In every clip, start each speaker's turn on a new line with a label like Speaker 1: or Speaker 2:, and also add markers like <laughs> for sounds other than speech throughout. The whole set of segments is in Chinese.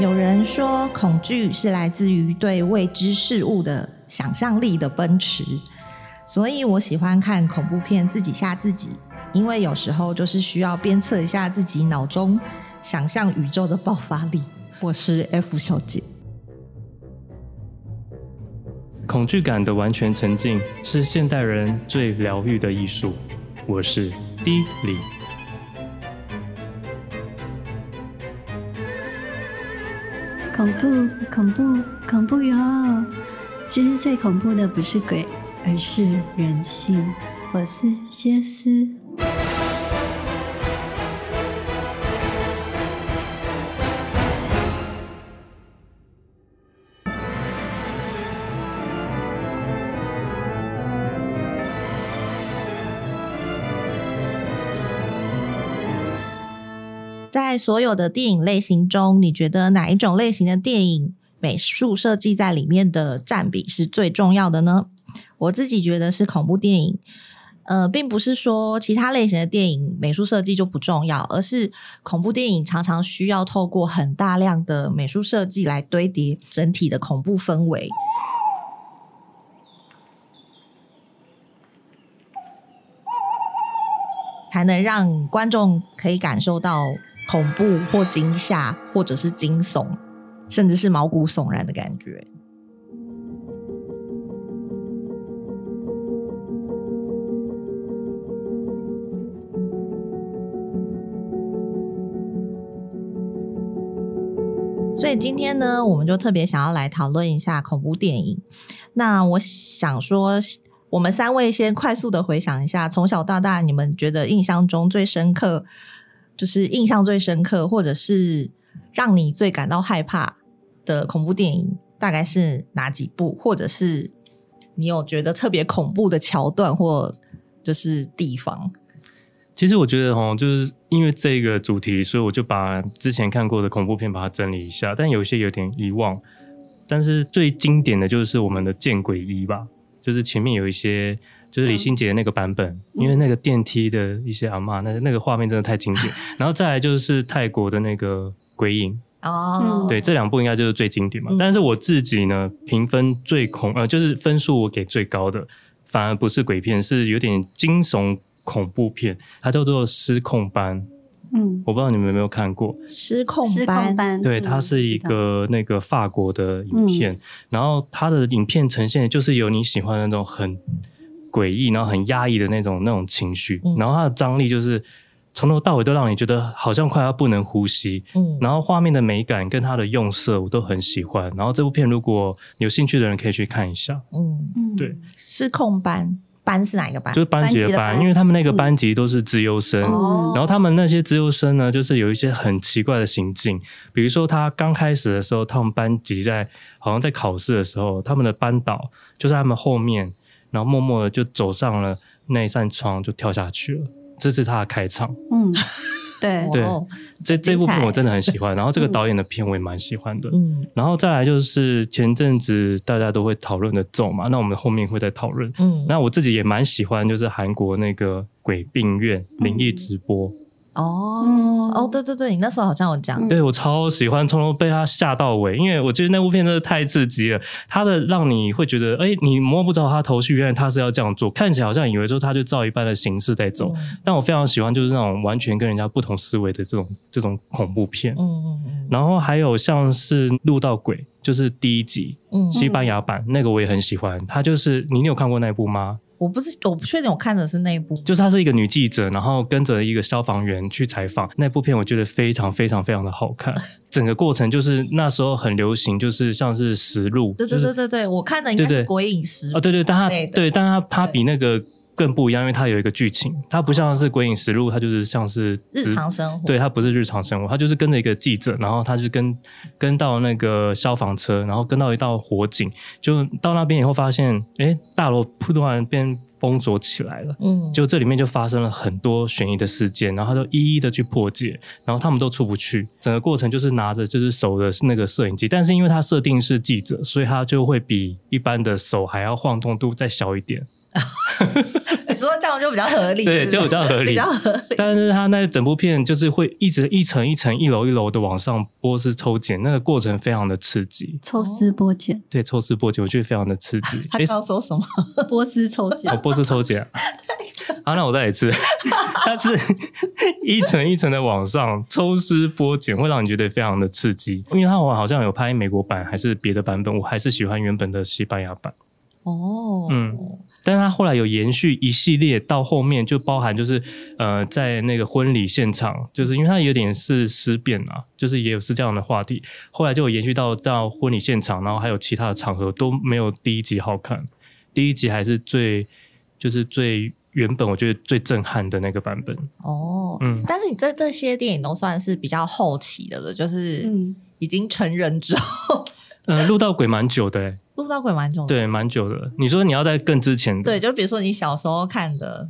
Speaker 1: 有人说，恐惧是来自于对未知事物的想象力的奔驰，所以我喜欢看恐怖片，自己吓自己，因为有时候就是需要鞭策一下自己脑中想象宇宙的爆发力。我是 F 小姐，
Speaker 2: 恐惧感的完全沉浸是现代人最疗愈的艺术。我是 D 李。
Speaker 3: 恐怖，恐怖，恐怖哟！其实最恐怖的不是鬼，而是人性。我是歇斯。
Speaker 1: 在所有的电影类型中，你觉得哪一种类型的电影美术设计在里面的占比是最重要的呢？我自己觉得是恐怖电影。呃，并不是说其他类型的电影美术设计就不重要，而是恐怖电影常常需要透过很大量的美术设计来堆叠整体的恐怖氛围。才能让观众可以感受到恐怖或惊吓，或者是惊悚，甚至是毛骨悚然的感觉。所以今天呢，我们就特别想要来讨论一下恐怖电影。那我想说，我们三位先快速的回想一下，从小到大，你们觉得印象中最深刻，就是印象最深刻，或者是让你最感到害怕的恐怖电影，大概是哪几部？或者是你有觉得特别恐怖的桥段或就是地方？
Speaker 2: 其实我觉得哈，就是因为这个主题，所以我就把之前看过的恐怖片把它整理一下，但有一些有点遗忘。但是最经典的就是我们的《见鬼一》吧，就是前面有一些就是李心洁的那个版本，因为那个电梯的一些阿嬷，那那个画面真的太经典。然后再来就是泰国的那个《鬼影》，
Speaker 1: 哦，
Speaker 2: 对，这两部应该就是最经典嘛。
Speaker 1: 嗯
Speaker 2: 但是我自己呢，评分最恐呃，就是分数我给最高的，反而不是鬼片，是有点惊悚恐怖片，它叫做《失控班》，
Speaker 3: 嗯，
Speaker 2: 我不知道你们有没有看过。
Speaker 1: 失控
Speaker 3: 失控
Speaker 1: 班，
Speaker 3: 班。
Speaker 2: 对，
Speaker 3: 嗯
Speaker 2: 它是一
Speaker 3: 知道
Speaker 2: 个那个法国的影片，然后它的影片呈现就是有你喜欢的那种很诡异，然后很压抑的那种那种情绪，
Speaker 1: 嗯
Speaker 2: 然后它的张力就是从头到尾都让你觉得好像快要不能呼吸，
Speaker 1: 嗯，
Speaker 2: 然后画面的美感跟它的用色我都很喜欢。然后这部片如果有兴趣的人可以去看一下，
Speaker 1: 嗯，
Speaker 3: 嗯
Speaker 2: 对
Speaker 1: 失控班，班是哪一个班
Speaker 2: 就？是班级的
Speaker 3: 班级的
Speaker 2: 班，嗯
Speaker 3: 班
Speaker 2: 因为他们那个班级都是资优生。
Speaker 1: 哦
Speaker 2: 然后他们那些资优生呢，就是有一些很奇怪的行径，比如说他刚开始的时候，他们班级在好像在考试的时候，他们的班导就在他们后面，然后默默的就走上了那一扇窗，就跳下去了。这是他的开场，
Speaker 3: 嗯， <laughs> 对，
Speaker 2: 对
Speaker 1: 哦
Speaker 2: 这这部
Speaker 1: 精彩
Speaker 2: 片我真的很喜欢，然后这个导演的片我也蛮喜欢的。
Speaker 1: 嗯
Speaker 2: 然后再来就是前阵子大家都会讨论的咒嘛，那我们后面会再讨论。
Speaker 1: 嗯，
Speaker 2: 那我自己也蛮喜欢，就是韩国那个鬼病院灵异直播，
Speaker 1: 哦、
Speaker 3: 嗯
Speaker 1: 哦，对对对，你那时候好像有讲，
Speaker 3: 嗯
Speaker 2: 对我超喜欢，从头被他吓到尾，因为我觉得那部片真的太刺激了，他的让你会觉得，哎，你摸不着他头绪，原来他是要这样做，看起来好像以为说他就照一般的形式在走，
Speaker 1: 嗯
Speaker 2: 但我非常喜欢就是那种完全跟人家不同思维的这种这种恐怖片。
Speaker 1: 嗯嗯
Speaker 2: 然后还有像是《路到鬼》，就是第一集，
Speaker 1: 嗯嗯，
Speaker 2: 西班牙版、那个我也很喜欢，它就是你你有看过那一部吗？
Speaker 1: 我不是我不确定我看的是那一部，
Speaker 2: 就是她是一个女记者，然后跟着一个消防员去采访那部片，我觉得非常非常非常的好看。整个过程就是那时候很流行，就是像是实录，
Speaker 1: 对对
Speaker 2: 就
Speaker 1: 对
Speaker 2: 是
Speaker 1: 对对，我看的应该
Speaker 2: 对
Speaker 1: 是
Speaker 2: 对
Speaker 1: 《鬼影实录
Speaker 2: 哦，》对对，但它
Speaker 1: 类的
Speaker 2: 对，但它它
Speaker 1: 对
Speaker 2: 比那个更不一样，因为它有一个剧情，它不像是《鬼影实录》，它就是像
Speaker 1: 哦
Speaker 2: 是
Speaker 1: 日常生活，
Speaker 2: 对，他不是日常生活，他就是跟着一个记者，然后他就跟跟到那个消防车，然后跟到一道火警，就到那边以后发现，哎，大楼突然变封锁起来了。
Speaker 1: 嗯，
Speaker 2: 就这里面就发生了很多悬疑的事件，然后他就一一的去破解，然后他们都出不去。整个过程就是拿着就是手的那个摄影机，但是因为他设定是记者，所以他就会比一般的手还要晃动度再小一点。
Speaker 1: 说这样就比较合理，
Speaker 2: 对，
Speaker 1: 是
Speaker 2: 就
Speaker 1: 不
Speaker 2: 比
Speaker 1: 是
Speaker 2: 较合
Speaker 1: 比
Speaker 2: 理
Speaker 1: 较。合理。
Speaker 2: 但是他那整部片就是会一直一层一层、一楼一楼的往上波斯抽检，那个过程非常的刺激。
Speaker 3: 抽丝剥茧，
Speaker 2: 对，抽丝剥茧，我觉得非常的刺
Speaker 1: <laughs>
Speaker 2: 激。
Speaker 1: 他
Speaker 2: 诶
Speaker 1: 刚刚说什么？
Speaker 3: 波斯抽
Speaker 2: 哦，
Speaker 3: 茧，
Speaker 2: 波斯抽检、啊。好，那我再来一次。它是一层一层的往上抽丝剥茧，会让你觉得非常的刺激。因为它好像有拍美国版还是别的版本，我还是喜欢原本的西班牙版。
Speaker 1: 哦，
Speaker 2: 嗯但是它后来有延续一系列，到后面就包含就是呃，在那个婚礼现场，就是因为它有点是思辨啊，就是也有是这样的话题。后来就有延续到到婚礼现场，然后还有其他的场合都没有第一集好看。第一集还是最就是最原本我觉得最震撼的那个版本。
Speaker 1: 哦。
Speaker 2: 嗯，
Speaker 1: 但是你这这些电影都算是比较后期的了，就是
Speaker 3: 嗯，
Speaker 1: 已经成人之后， <laughs>
Speaker 2: 呃，录到鬼蛮久的、欸，
Speaker 1: 录到鬼蛮重的。
Speaker 2: 对，蛮久的。你说你要在更之前的，
Speaker 1: 对，，就比如说你小时候看的，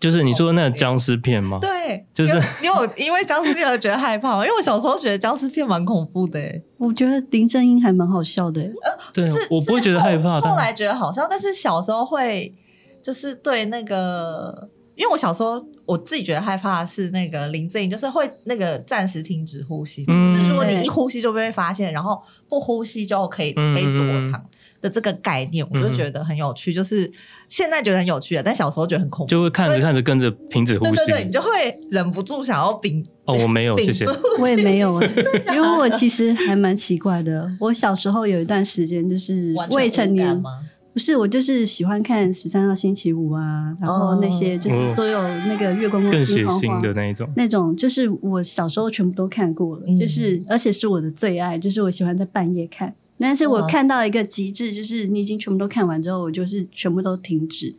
Speaker 2: 就是你说那僵尸片吗？
Speaker 1: 对，
Speaker 2: 就是
Speaker 1: 因为因为我因为僵尸片而觉得害怕嘛，因为我小时候觉得僵尸片蛮恐怖的、欸，
Speaker 3: 我觉得林正英还蛮好笑 <laughs> 的，
Speaker 2: 对，
Speaker 1: 是
Speaker 2: 我不会
Speaker 1: 是
Speaker 2: 觉得
Speaker 1: 后
Speaker 2: 害怕。
Speaker 1: 后
Speaker 2: 但
Speaker 1: 来觉得好笑，但是小时候会就是对那个，因为我小时候我自己觉得害怕的是那个林正英，就是会那个暂时停止呼吸，
Speaker 2: 嗯
Speaker 1: 就是如果你一呼吸就被发现，然后不呼吸就可以
Speaker 2: 嗯
Speaker 1: 可以躲藏。的这个概念，我就觉得很有趣，就是现在觉得很有趣啊，但小时候觉得很恐怖。
Speaker 2: 就会看着看着跟着停止呼
Speaker 1: 对
Speaker 2: 吸。
Speaker 1: 对对，你就会忍不住想要屏
Speaker 2: 哦，我
Speaker 3: <laughs>
Speaker 2: 没有，
Speaker 1: 屏
Speaker 2: 谢谢
Speaker 1: 住。。
Speaker 3: 我也没有欸
Speaker 1: 假的
Speaker 3: 因为我其实还蛮奇怪的。我小时候有一段时间就是
Speaker 1: 完全
Speaker 3: 未成
Speaker 1: 无感
Speaker 3: 年，
Speaker 1: 吗？
Speaker 3: 不是我就是喜欢看《十三号星期五》啊，然后那些就是所有那个月光光
Speaker 2: 嗯更血
Speaker 3: 心慌
Speaker 2: 腥
Speaker 3: 慌
Speaker 2: 的那一种。
Speaker 3: 那种，就是我小时候全部都看过了，
Speaker 1: 嗯
Speaker 3: 就是而且是我的最爱，就是我喜欢在半夜看。但是我看到一个极致，就是你已经全部都看完之后，我就是全部都停止。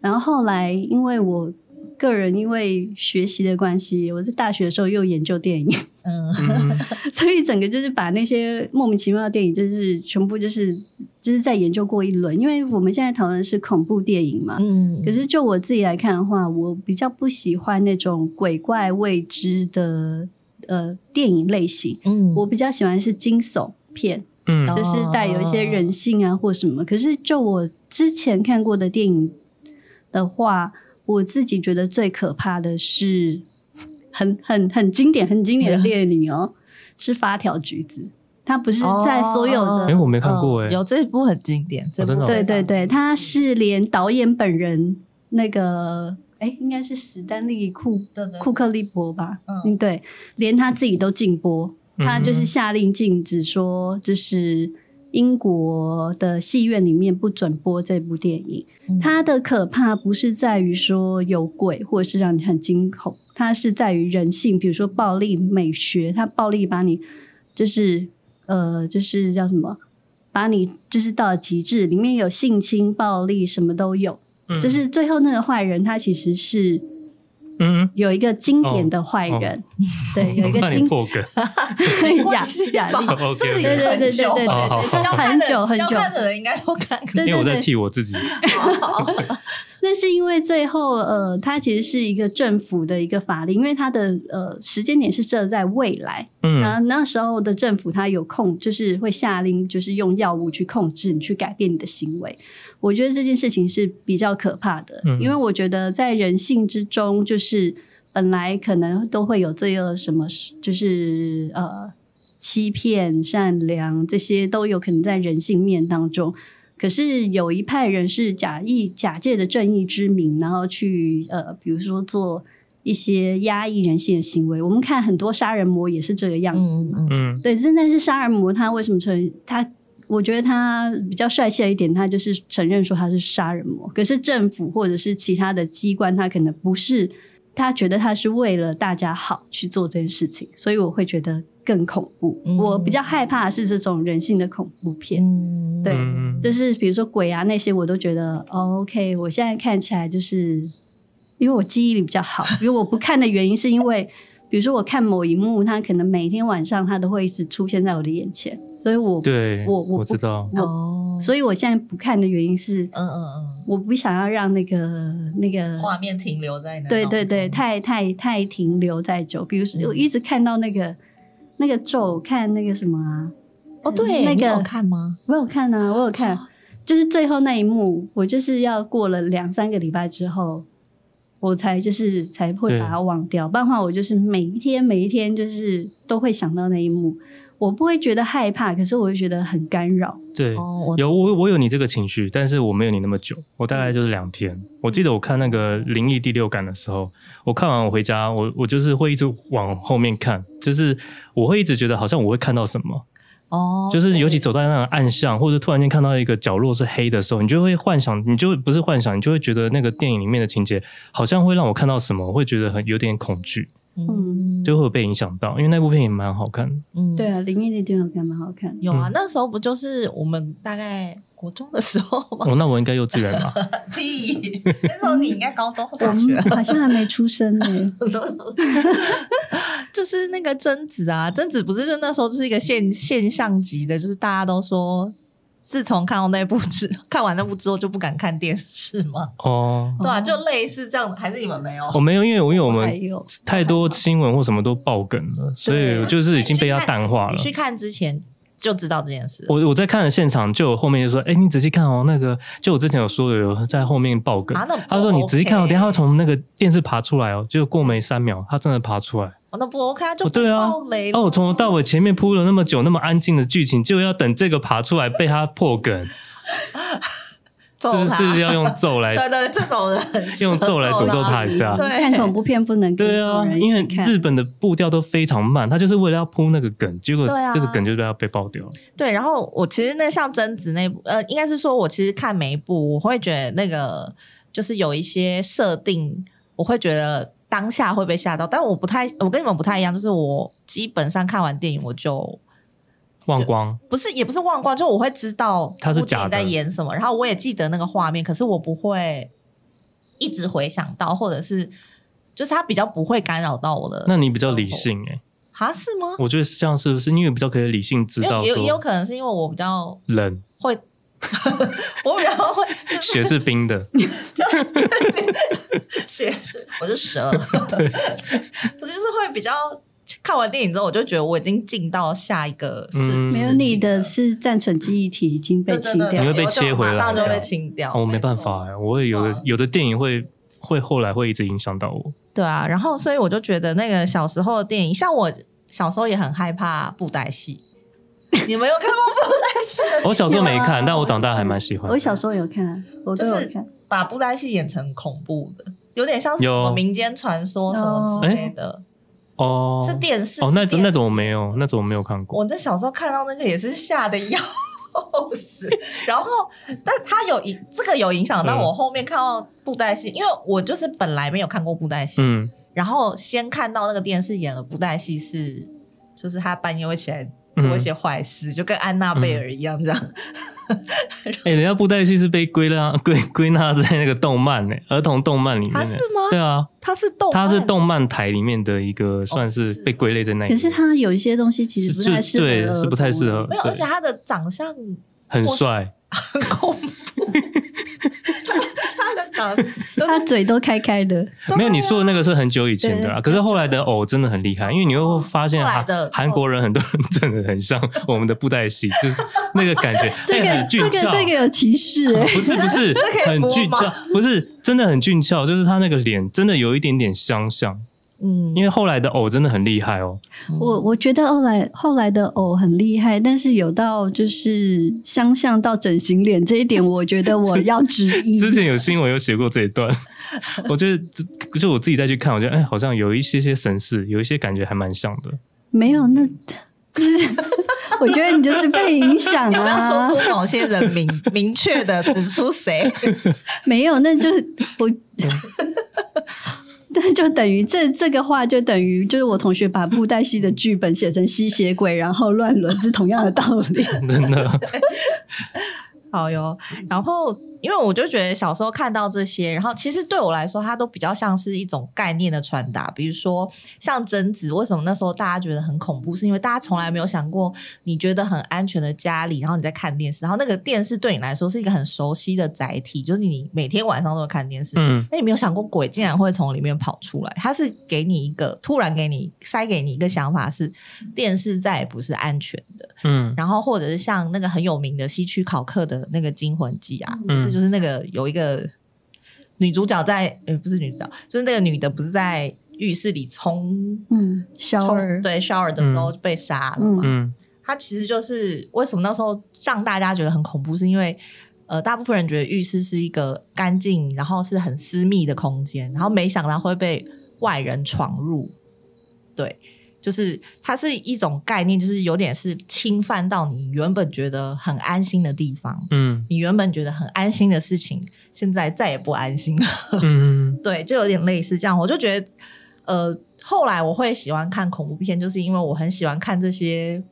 Speaker 3: 然后后来，因为我个人因为学习的关系，我在大学的时候又研究电影，
Speaker 1: 嗯，
Speaker 2: 嗯，
Speaker 3: 所以整个就是把那些莫名其妙的电影，就是全部就是就是在研究过一轮，因为我们现在讨论的是恐怖电影嘛。
Speaker 1: 嗯，
Speaker 3: 可是就我自己来看的话，我比较不喜欢那种鬼怪未知的呃电影类型，
Speaker 1: 嗯，
Speaker 3: 我比较喜欢是惊悚片，
Speaker 2: 嗯
Speaker 1: 哦
Speaker 3: 就是带有一些人性啊或什么。可是就我之前看过的电影的话，我自己觉得最可怕的是很很很经典、很经典的
Speaker 1: 啊
Speaker 3: 电影哦，是《发条橘子》，它不是在所有
Speaker 1: 哦
Speaker 3: 的。
Speaker 2: 诶我没看过
Speaker 1: 嗯
Speaker 2: 诶
Speaker 1: 有这部很经典，这部
Speaker 2: 真的哦
Speaker 3: 对对对，他是连导演本人那个，哎，应该是史丹利库
Speaker 1: 对对
Speaker 3: 库克利伯吧？
Speaker 1: 嗯
Speaker 3: 嗯，对，连他自己都禁播，
Speaker 2: 嗯
Speaker 3: 他就是下令禁止说，就是英国的戏院里面不准播这部电影。
Speaker 1: 嗯
Speaker 3: 它的可怕不是在于说有鬼，或者是让你很惊恐，它是在于人性，比如说暴力美学，它暴力把你就是呃，就是叫什么，把你就是到了极致，里面有性侵、暴力，什么都有。就是最后那个坏人，他其实是
Speaker 2: 嗯，
Speaker 3: 有一个经典的坏人，对，有一个
Speaker 2: 哦 <laughs> 那
Speaker 3: 经
Speaker 2: 你破梗。 <laughs>
Speaker 1: 没
Speaker 3: 雅
Speaker 1: 关系
Speaker 3: 雅
Speaker 1: 吧
Speaker 3: 丽。
Speaker 1: 这个也是
Speaker 2: OK，
Speaker 3: 对对对对对对
Speaker 2: 好好好
Speaker 3: 对，这
Speaker 1: 要
Speaker 3: 个
Speaker 1: 看
Speaker 3: 很
Speaker 1: 的
Speaker 3: 久很
Speaker 1: 要
Speaker 3: 久，
Speaker 1: 看的人应该都看过。
Speaker 3: 对
Speaker 2: 因为我
Speaker 3: 对
Speaker 2: 在
Speaker 3: 对。
Speaker 2: 替我
Speaker 3: <laughs>
Speaker 2: 自己。
Speaker 3: 那是因为最后呃，它其实是一个政府的一个法令，因为它的呃时间点是设在未来，
Speaker 2: 嗯，
Speaker 3: 然后那时候的政府它有控，就是会下令，就是用药物去控制你，去改变你的行为。我觉得这件事情是比较可怕的，
Speaker 2: 嗯
Speaker 3: 因为我觉得在人性之中，就是本来可能都会有罪恶，什么就是呃欺骗、善良这些都有可能在人性面当中。可是有一派人是假意假借着正义之名，然后去呃，比如说做一些压抑人性的行为。我们看很多杀人魔也是这个样子。
Speaker 1: 嗯嗯
Speaker 2: 嗯，
Speaker 3: 对，真但是杀人魔他为什么承认他？我觉得他比较帅气的一点，他就是承认说他是杀人魔。可是政府或者是其他的机关，他可能不是，他觉得他是为了大家好去做这件事情，所以我会觉得更恐怖。
Speaker 1: 嗯
Speaker 3: 我比较害怕的是这种人性的恐怖片。
Speaker 1: 嗯，
Speaker 3: 对
Speaker 2: 嗯
Speaker 3: 就是比如说鬼啊那些，我都觉得、哦、OK。我现在看起来就是，因为我记忆力比较好，因为我不看的原因是因为，比如说我看某一幕，它可能每天晚上它都会一直出现在我的眼前，所以我
Speaker 2: 对，
Speaker 3: 我我
Speaker 2: 我知道。
Speaker 1: 哦，
Speaker 3: 所以我现在不看的原因是，
Speaker 1: 嗯嗯
Speaker 3: 我不想要让那个那个
Speaker 1: 嗯，画面停留在那，
Speaker 3: 对对对，太太太停留在久，比如说
Speaker 1: 嗯
Speaker 3: 我一直看到那个那个咒，看那个什么啊，
Speaker 1: 哦对，
Speaker 3: 那
Speaker 1: 你
Speaker 3: 个
Speaker 1: 有看吗？
Speaker 3: 我有哦看啊，我有看，就是最后那一幕，我就是要过了两三个礼拜之后，我才就是才会把它忘掉，不然的话我就是每一天每一天就是都会想到那一幕，我不会觉得害怕，可是我会觉得很干扰。
Speaker 2: 对，
Speaker 1: 哦，我
Speaker 2: 有我我有你这个情绪，但是我没有你那么久，我大概就是两天。我记得我看那个《灵异第六感》的时候，我看完我回家，我我就是会一直往后面看，就是我会一直觉得好像我会看到什么，
Speaker 1: 哦，
Speaker 2: 就是尤其
Speaker 1: 对
Speaker 2: 走到那种暗巷，或者突然间看到一个角落是黑的时候，你就会幻想，你就不是幻想，你就会觉得那个电影里面的情节好像会让我看到什么，我会觉得很有点恐惧，
Speaker 1: 嗯
Speaker 2: 就会有被影响到。因为那部片也蛮好看的，
Speaker 1: 嗯
Speaker 3: 对啊，灵异那电影感蛮好看。
Speaker 1: 有啊，
Speaker 2: 嗯
Speaker 1: 那时候不就是我们大概国中的时候吗？
Speaker 2: 哦，那我应该幼稚园
Speaker 1: <laughs>
Speaker 2: 吧？
Speaker 1: 屁，那时候你应该高中或
Speaker 3: 我
Speaker 1: 大学啊
Speaker 3: 们嗯好像还没出生呢、
Speaker 1: <laughs> 就是那个贞子啊，贞子不是就那时候就是一个现现象级的，就是大家都说，自从看到那部之看完那部之后就不敢看电视吗？
Speaker 2: 哦，
Speaker 1: <laughs> 对啊，就类似这样的，还是你们没有？
Speaker 2: 我没有，因为我因为我们
Speaker 3: 还有
Speaker 2: 太多新闻或什么都爆梗了，所以我就是已经被它淡化了
Speaker 1: 你。去看之前就知道这件事，
Speaker 2: 我我在看的现场，就有后面就说：“哎、你仔细看哦，那个就我之前有说的有在后面爆梗。
Speaker 1: 啊那不
Speaker 2: 他说：“你仔细看哦，
Speaker 1: OK
Speaker 2: 等一下会从那个电视爬出来哦。”结果过没三秒，他真的爬出来。
Speaker 1: 哦，那不 OK 啊，就
Speaker 2: 哦对啊
Speaker 1: 爆雷了
Speaker 2: 哦，从头到尾前面铺了那么久那么安静的剧情，就要等这个爬出来被他破梗，
Speaker 1: 揍
Speaker 2: 是不
Speaker 1: 他，
Speaker 2: 是要用咒
Speaker 1: <laughs>
Speaker 2: 来
Speaker 1: 对啊对，这种人
Speaker 2: 用咒来诅咒他一下？
Speaker 1: 对
Speaker 3: 嗯看恐怖片不能跟
Speaker 2: 对
Speaker 3: 众
Speaker 2: 啊，
Speaker 3: 人一
Speaker 2: 因为
Speaker 3: 起看。
Speaker 2: 日本的步调都非常慢，他就是为了要铺那个梗，结果
Speaker 1: 对啊
Speaker 2: 这个梗就被他被爆掉了。
Speaker 1: 对，然后我其实那像贞子那部，呃，应该是说我其实看每一部，我会觉得那个就是有一些设定，我会觉得当下会被吓到，但我不太，我跟你们不太一样，就是我基本上看完电影我就
Speaker 2: 忘光，
Speaker 1: 不是也不是忘光，就我会知道
Speaker 2: 它
Speaker 1: 这
Speaker 2: 是
Speaker 1: 部电影
Speaker 2: 假的
Speaker 1: 在演什么，然后我也记得那个画面，可是我不会一直回想到，或者是就是它比较不会干扰到我的
Speaker 2: 那你比较理性哎、
Speaker 1: 啊是吗？
Speaker 2: 我觉得这样是不是？因为比较可以理性知
Speaker 1: 因
Speaker 2: 道
Speaker 1: 为也有也有
Speaker 2: 说
Speaker 1: 可能是因为我比较
Speaker 2: 冷
Speaker 1: 会， <laughs> 我比较
Speaker 2: <laughs>
Speaker 1: 会就是
Speaker 2: 血是冰的，
Speaker 1: 是是， <laughs> 我是蛇，我就是会比较看完电影之后，我就觉得我已经进到下一个事、
Speaker 2: 嗯
Speaker 1: 事
Speaker 3: 没有
Speaker 1: 情
Speaker 3: 你的
Speaker 1: 了
Speaker 3: 是暂存记忆体已经被
Speaker 1: 对对
Speaker 3: 清
Speaker 1: 对对
Speaker 3: 掉
Speaker 2: 你
Speaker 3: 了
Speaker 2: 会，被
Speaker 1: 我就
Speaker 2: 切回
Speaker 1: 马上
Speaker 2: 来
Speaker 1: 就
Speaker 2: 啊
Speaker 1: 被清掉。
Speaker 2: 哦，没办
Speaker 1: 错
Speaker 2: 法哎、我也有
Speaker 1: 对
Speaker 2: 的
Speaker 1: 啊
Speaker 2: 有的电影会会后来会一直影响到我。
Speaker 1: 对啊，然后所以我就觉得那个小时候的电影，像我小时候也很害怕布袋戏。你们有看过布袋戏？
Speaker 2: 我小时候没看，
Speaker 3: 有啊
Speaker 2: 但我长大还蛮喜欢的。
Speaker 3: 我小时候有看啊，我都有
Speaker 1: 就是
Speaker 3: 看。
Speaker 1: 把布袋戏演成恐怖的，有点像是什
Speaker 2: 有
Speaker 1: 么民间传说什么之类的，
Speaker 2: 哦
Speaker 1: 是电视
Speaker 2: 哦，那种
Speaker 1: 种
Speaker 2: 那种我没有，那种我没有看过。
Speaker 1: 我在小时候看到那个也是吓得
Speaker 2: <laughs>
Speaker 1: 要死，然后，但他有影，这个有影响到
Speaker 2: 嗯
Speaker 1: 我后面看到布袋戏，因为我就是本来没有看过布袋戏，
Speaker 2: 嗯，
Speaker 1: 然后先看到那个电视演了布袋戏是，就是他半夜会起来
Speaker 2: 嗯
Speaker 1: 做一些坏事，就跟安娜贝尔一样这样。
Speaker 2: 哎、人家布袋戏是被归纳 <laughs> 归归纳在那个动漫呢、儿童动漫里面
Speaker 1: 他
Speaker 2: 呢、
Speaker 1: 是吗？
Speaker 2: 对啊，
Speaker 1: 他是动漫，哦
Speaker 2: 它是动漫台里面的一个，算是
Speaker 1: 是
Speaker 2: 被归类在那里
Speaker 3: 可
Speaker 2: 面。
Speaker 3: 是它有一些东西其实不
Speaker 2: 是
Speaker 3: 太适合
Speaker 2: 对
Speaker 3: 儿童啊，
Speaker 2: 是不太适合
Speaker 1: 没有，
Speaker 2: 对
Speaker 1: 而且他的长
Speaker 2: <laughs>
Speaker 1: 相
Speaker 2: 很
Speaker 1: 我
Speaker 2: 帅，
Speaker 1: 很恐怖，他的长
Speaker 3: 他嘴都开开的，
Speaker 2: <laughs> 没有，你说的那个是很久以前的啦。
Speaker 3: 对
Speaker 2: 可是后来的偶真的很厉害，因为你会发现
Speaker 1: 后来
Speaker 2: 韩
Speaker 1: 的
Speaker 2: 韩国人很多人真的很像我们的布袋戏，就是那个感觉，哎
Speaker 3: 这个
Speaker 2: 很俊
Speaker 3: 这
Speaker 2: 俏。
Speaker 3: 个这个有歧视哎，
Speaker 2: <laughs> 不是不是
Speaker 1: 这可以
Speaker 2: 很
Speaker 1: 播
Speaker 2: 俊
Speaker 1: 吗
Speaker 2: 俏，不是真的很俊俏，就是他那个脸真的有一点点相像。
Speaker 1: 嗯
Speaker 2: 因为后来的偶真的很厉害哦，
Speaker 3: 我我觉得后来后来的偶很厉害，但是有到就是相像到整形脸这一点，我觉得我要质
Speaker 2: <laughs>
Speaker 3: 疑。
Speaker 2: 之前有新闻有写过这一段， <laughs> 我觉得这就我自己再去看，我觉得哎，好像有一些些神似，有一些感觉还蛮像的。
Speaker 3: 没有那，就是 <laughs> 我觉得你就是被影响
Speaker 1: 要不要
Speaker 2: <laughs>
Speaker 3: 啊，
Speaker 1: 说出某些人明明确的指出谁？
Speaker 3: <laughs> 没
Speaker 1: <laughs>
Speaker 3: 有，那就是我。
Speaker 1: 嗯
Speaker 3: <laughs> 那就等于这这个话就等于就是我同学把布袋戏的剧本写成吸血鬼，然后乱伦是同样的道
Speaker 1: <laughs>
Speaker 3: 理。
Speaker 2: 真的，
Speaker 1: 好哟，然后因为我就觉得小时候看到这些，然后其实对我来说，它都比较像是一种概念的传达。比如说像贞子，为什么那时候大家觉得很恐怖，是因为大家从来没有想过，你觉得很安全的家里，然后你在看电视，然后那个电视对你来说是一个很熟悉的载体，就是你每天晚上都会看电视。
Speaker 2: 嗯，
Speaker 1: 那你没有想过鬼竟然会从里面跑出来？它是给你一个突然给你塞给你一个想法是，电视再也不是安全的。
Speaker 2: 嗯，
Speaker 1: 然后或者是像那个很有名的西区考克的那个《惊魂记》啊，就
Speaker 2: 嗯
Speaker 1: 是就是那个有一个。女主角在，呃，不是女主角，就是那个女的不是在浴室里冲
Speaker 3: 嗯，小
Speaker 1: 冲
Speaker 3: 儿，
Speaker 1: 对 shower 的时候被杀了嘛。
Speaker 2: 嗯
Speaker 1: 它其实就是为什么那时候让大家觉得很恐怖，是因为呃，大部分人觉得浴室是一个干净，然后是很私密的空间，然后没想到会被外人闯入。对，就是它是一种概念，就是有点是侵犯到你原本觉得很安心的地方，
Speaker 2: 嗯
Speaker 1: 你原本觉得很安心的事情，现在再也不安心了。
Speaker 2: 嗯
Speaker 1: 对，就有点类似这样。我就觉得，呃，后来我会喜欢看恐怖片，就是因为我很喜欢看这些，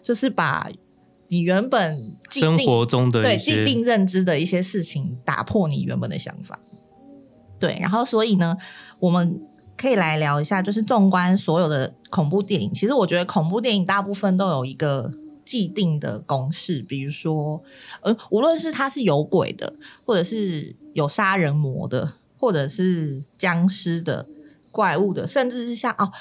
Speaker 1: 就是把你原本既
Speaker 2: 生
Speaker 1: 定
Speaker 2: 活中的
Speaker 1: 对
Speaker 2: 一
Speaker 1: 既
Speaker 2: 些
Speaker 1: 定认知的一些事情，打破你原本的想法。对，然后所以呢，我们可以来聊一下，就是纵观所有的恐怖电影，其实我觉得恐怖电影大部分都有一个既定的公式，比如说，呃，无论是它是有鬼的，或者是有杀人魔的，或者是僵尸的、怪物的，甚至是像哦。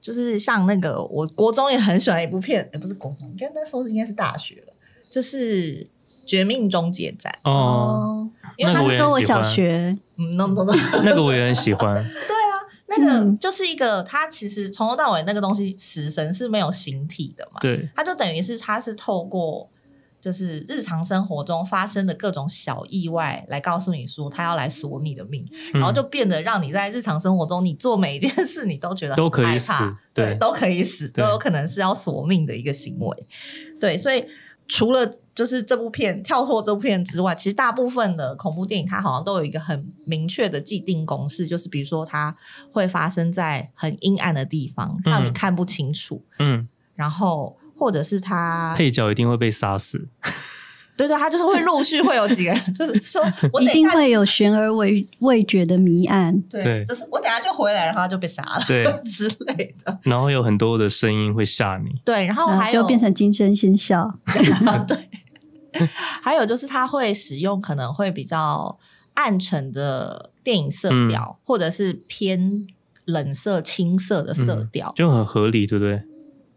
Speaker 1: 就是像那个，我国中也很喜欢一部片，呃不是国中，应该那时候应该是大学了，就是《绝命终结战
Speaker 2: 哦，》，
Speaker 1: 因为
Speaker 2: 那
Speaker 1: 它
Speaker 2: 个我
Speaker 3: 他
Speaker 2: 也
Speaker 3: 说我
Speaker 2: 很喜
Speaker 3: 小
Speaker 2: 欢
Speaker 3: 学，
Speaker 1: 嗯，no no no，
Speaker 2: <laughs> 那个我也很
Speaker 1: <laughs>
Speaker 2: 喜
Speaker 1: 对
Speaker 2: 欢。
Speaker 1: 啊， <laughs> 那个
Speaker 3: 嗯
Speaker 1: 就是一个，它其实从头到尾那个东西，死神是没有形体的嘛，
Speaker 2: 对，
Speaker 1: 它就等于是它是透过就是日常生活中发生的各种小意外来告诉你说他要来索你的命，然
Speaker 2: 嗯
Speaker 1: 后就变得让你在日常生活中你做每一件事你都觉得很
Speaker 2: 都可以
Speaker 1: 害
Speaker 2: 死
Speaker 1: 怕，
Speaker 2: 对
Speaker 1: 对，都可以死，都
Speaker 2: 对
Speaker 1: 有可能是要索命的一个行为，对，所以除了。就是这部片跳脱这部片之外，其实大部分的恐怖电影它好像都有一个很明确的既定公式，就是比如说它会发生在很阴暗的地方，让你
Speaker 2: 嗯
Speaker 1: 看不清楚，
Speaker 2: 嗯，
Speaker 1: 然后或者是他，
Speaker 2: 配角一定会被杀死。
Speaker 1: 对对，他就是会陆续会有几个人，就是
Speaker 2: <laughs>
Speaker 1: 说我
Speaker 3: 一
Speaker 1: 等
Speaker 3: 定
Speaker 1: 下，
Speaker 3: 会有悬而未未决的谜案。
Speaker 2: 对
Speaker 1: 就是我等下就回来，然后他就被杀了， <laughs>
Speaker 2: 对
Speaker 1: 之类的，
Speaker 2: 然后有很多的声音会吓你。
Speaker 1: 对，然后
Speaker 3: 然
Speaker 1: 哦还
Speaker 3: 后
Speaker 1: 有
Speaker 3: 就变成今生先笑，
Speaker 1: 对，还有就是他会使用可能会比较暗沉的电影色
Speaker 2: 嗯
Speaker 1: 调，或者是偏冷色、青色的色
Speaker 2: 嗯
Speaker 1: 调，
Speaker 2: 就很合理，对不对？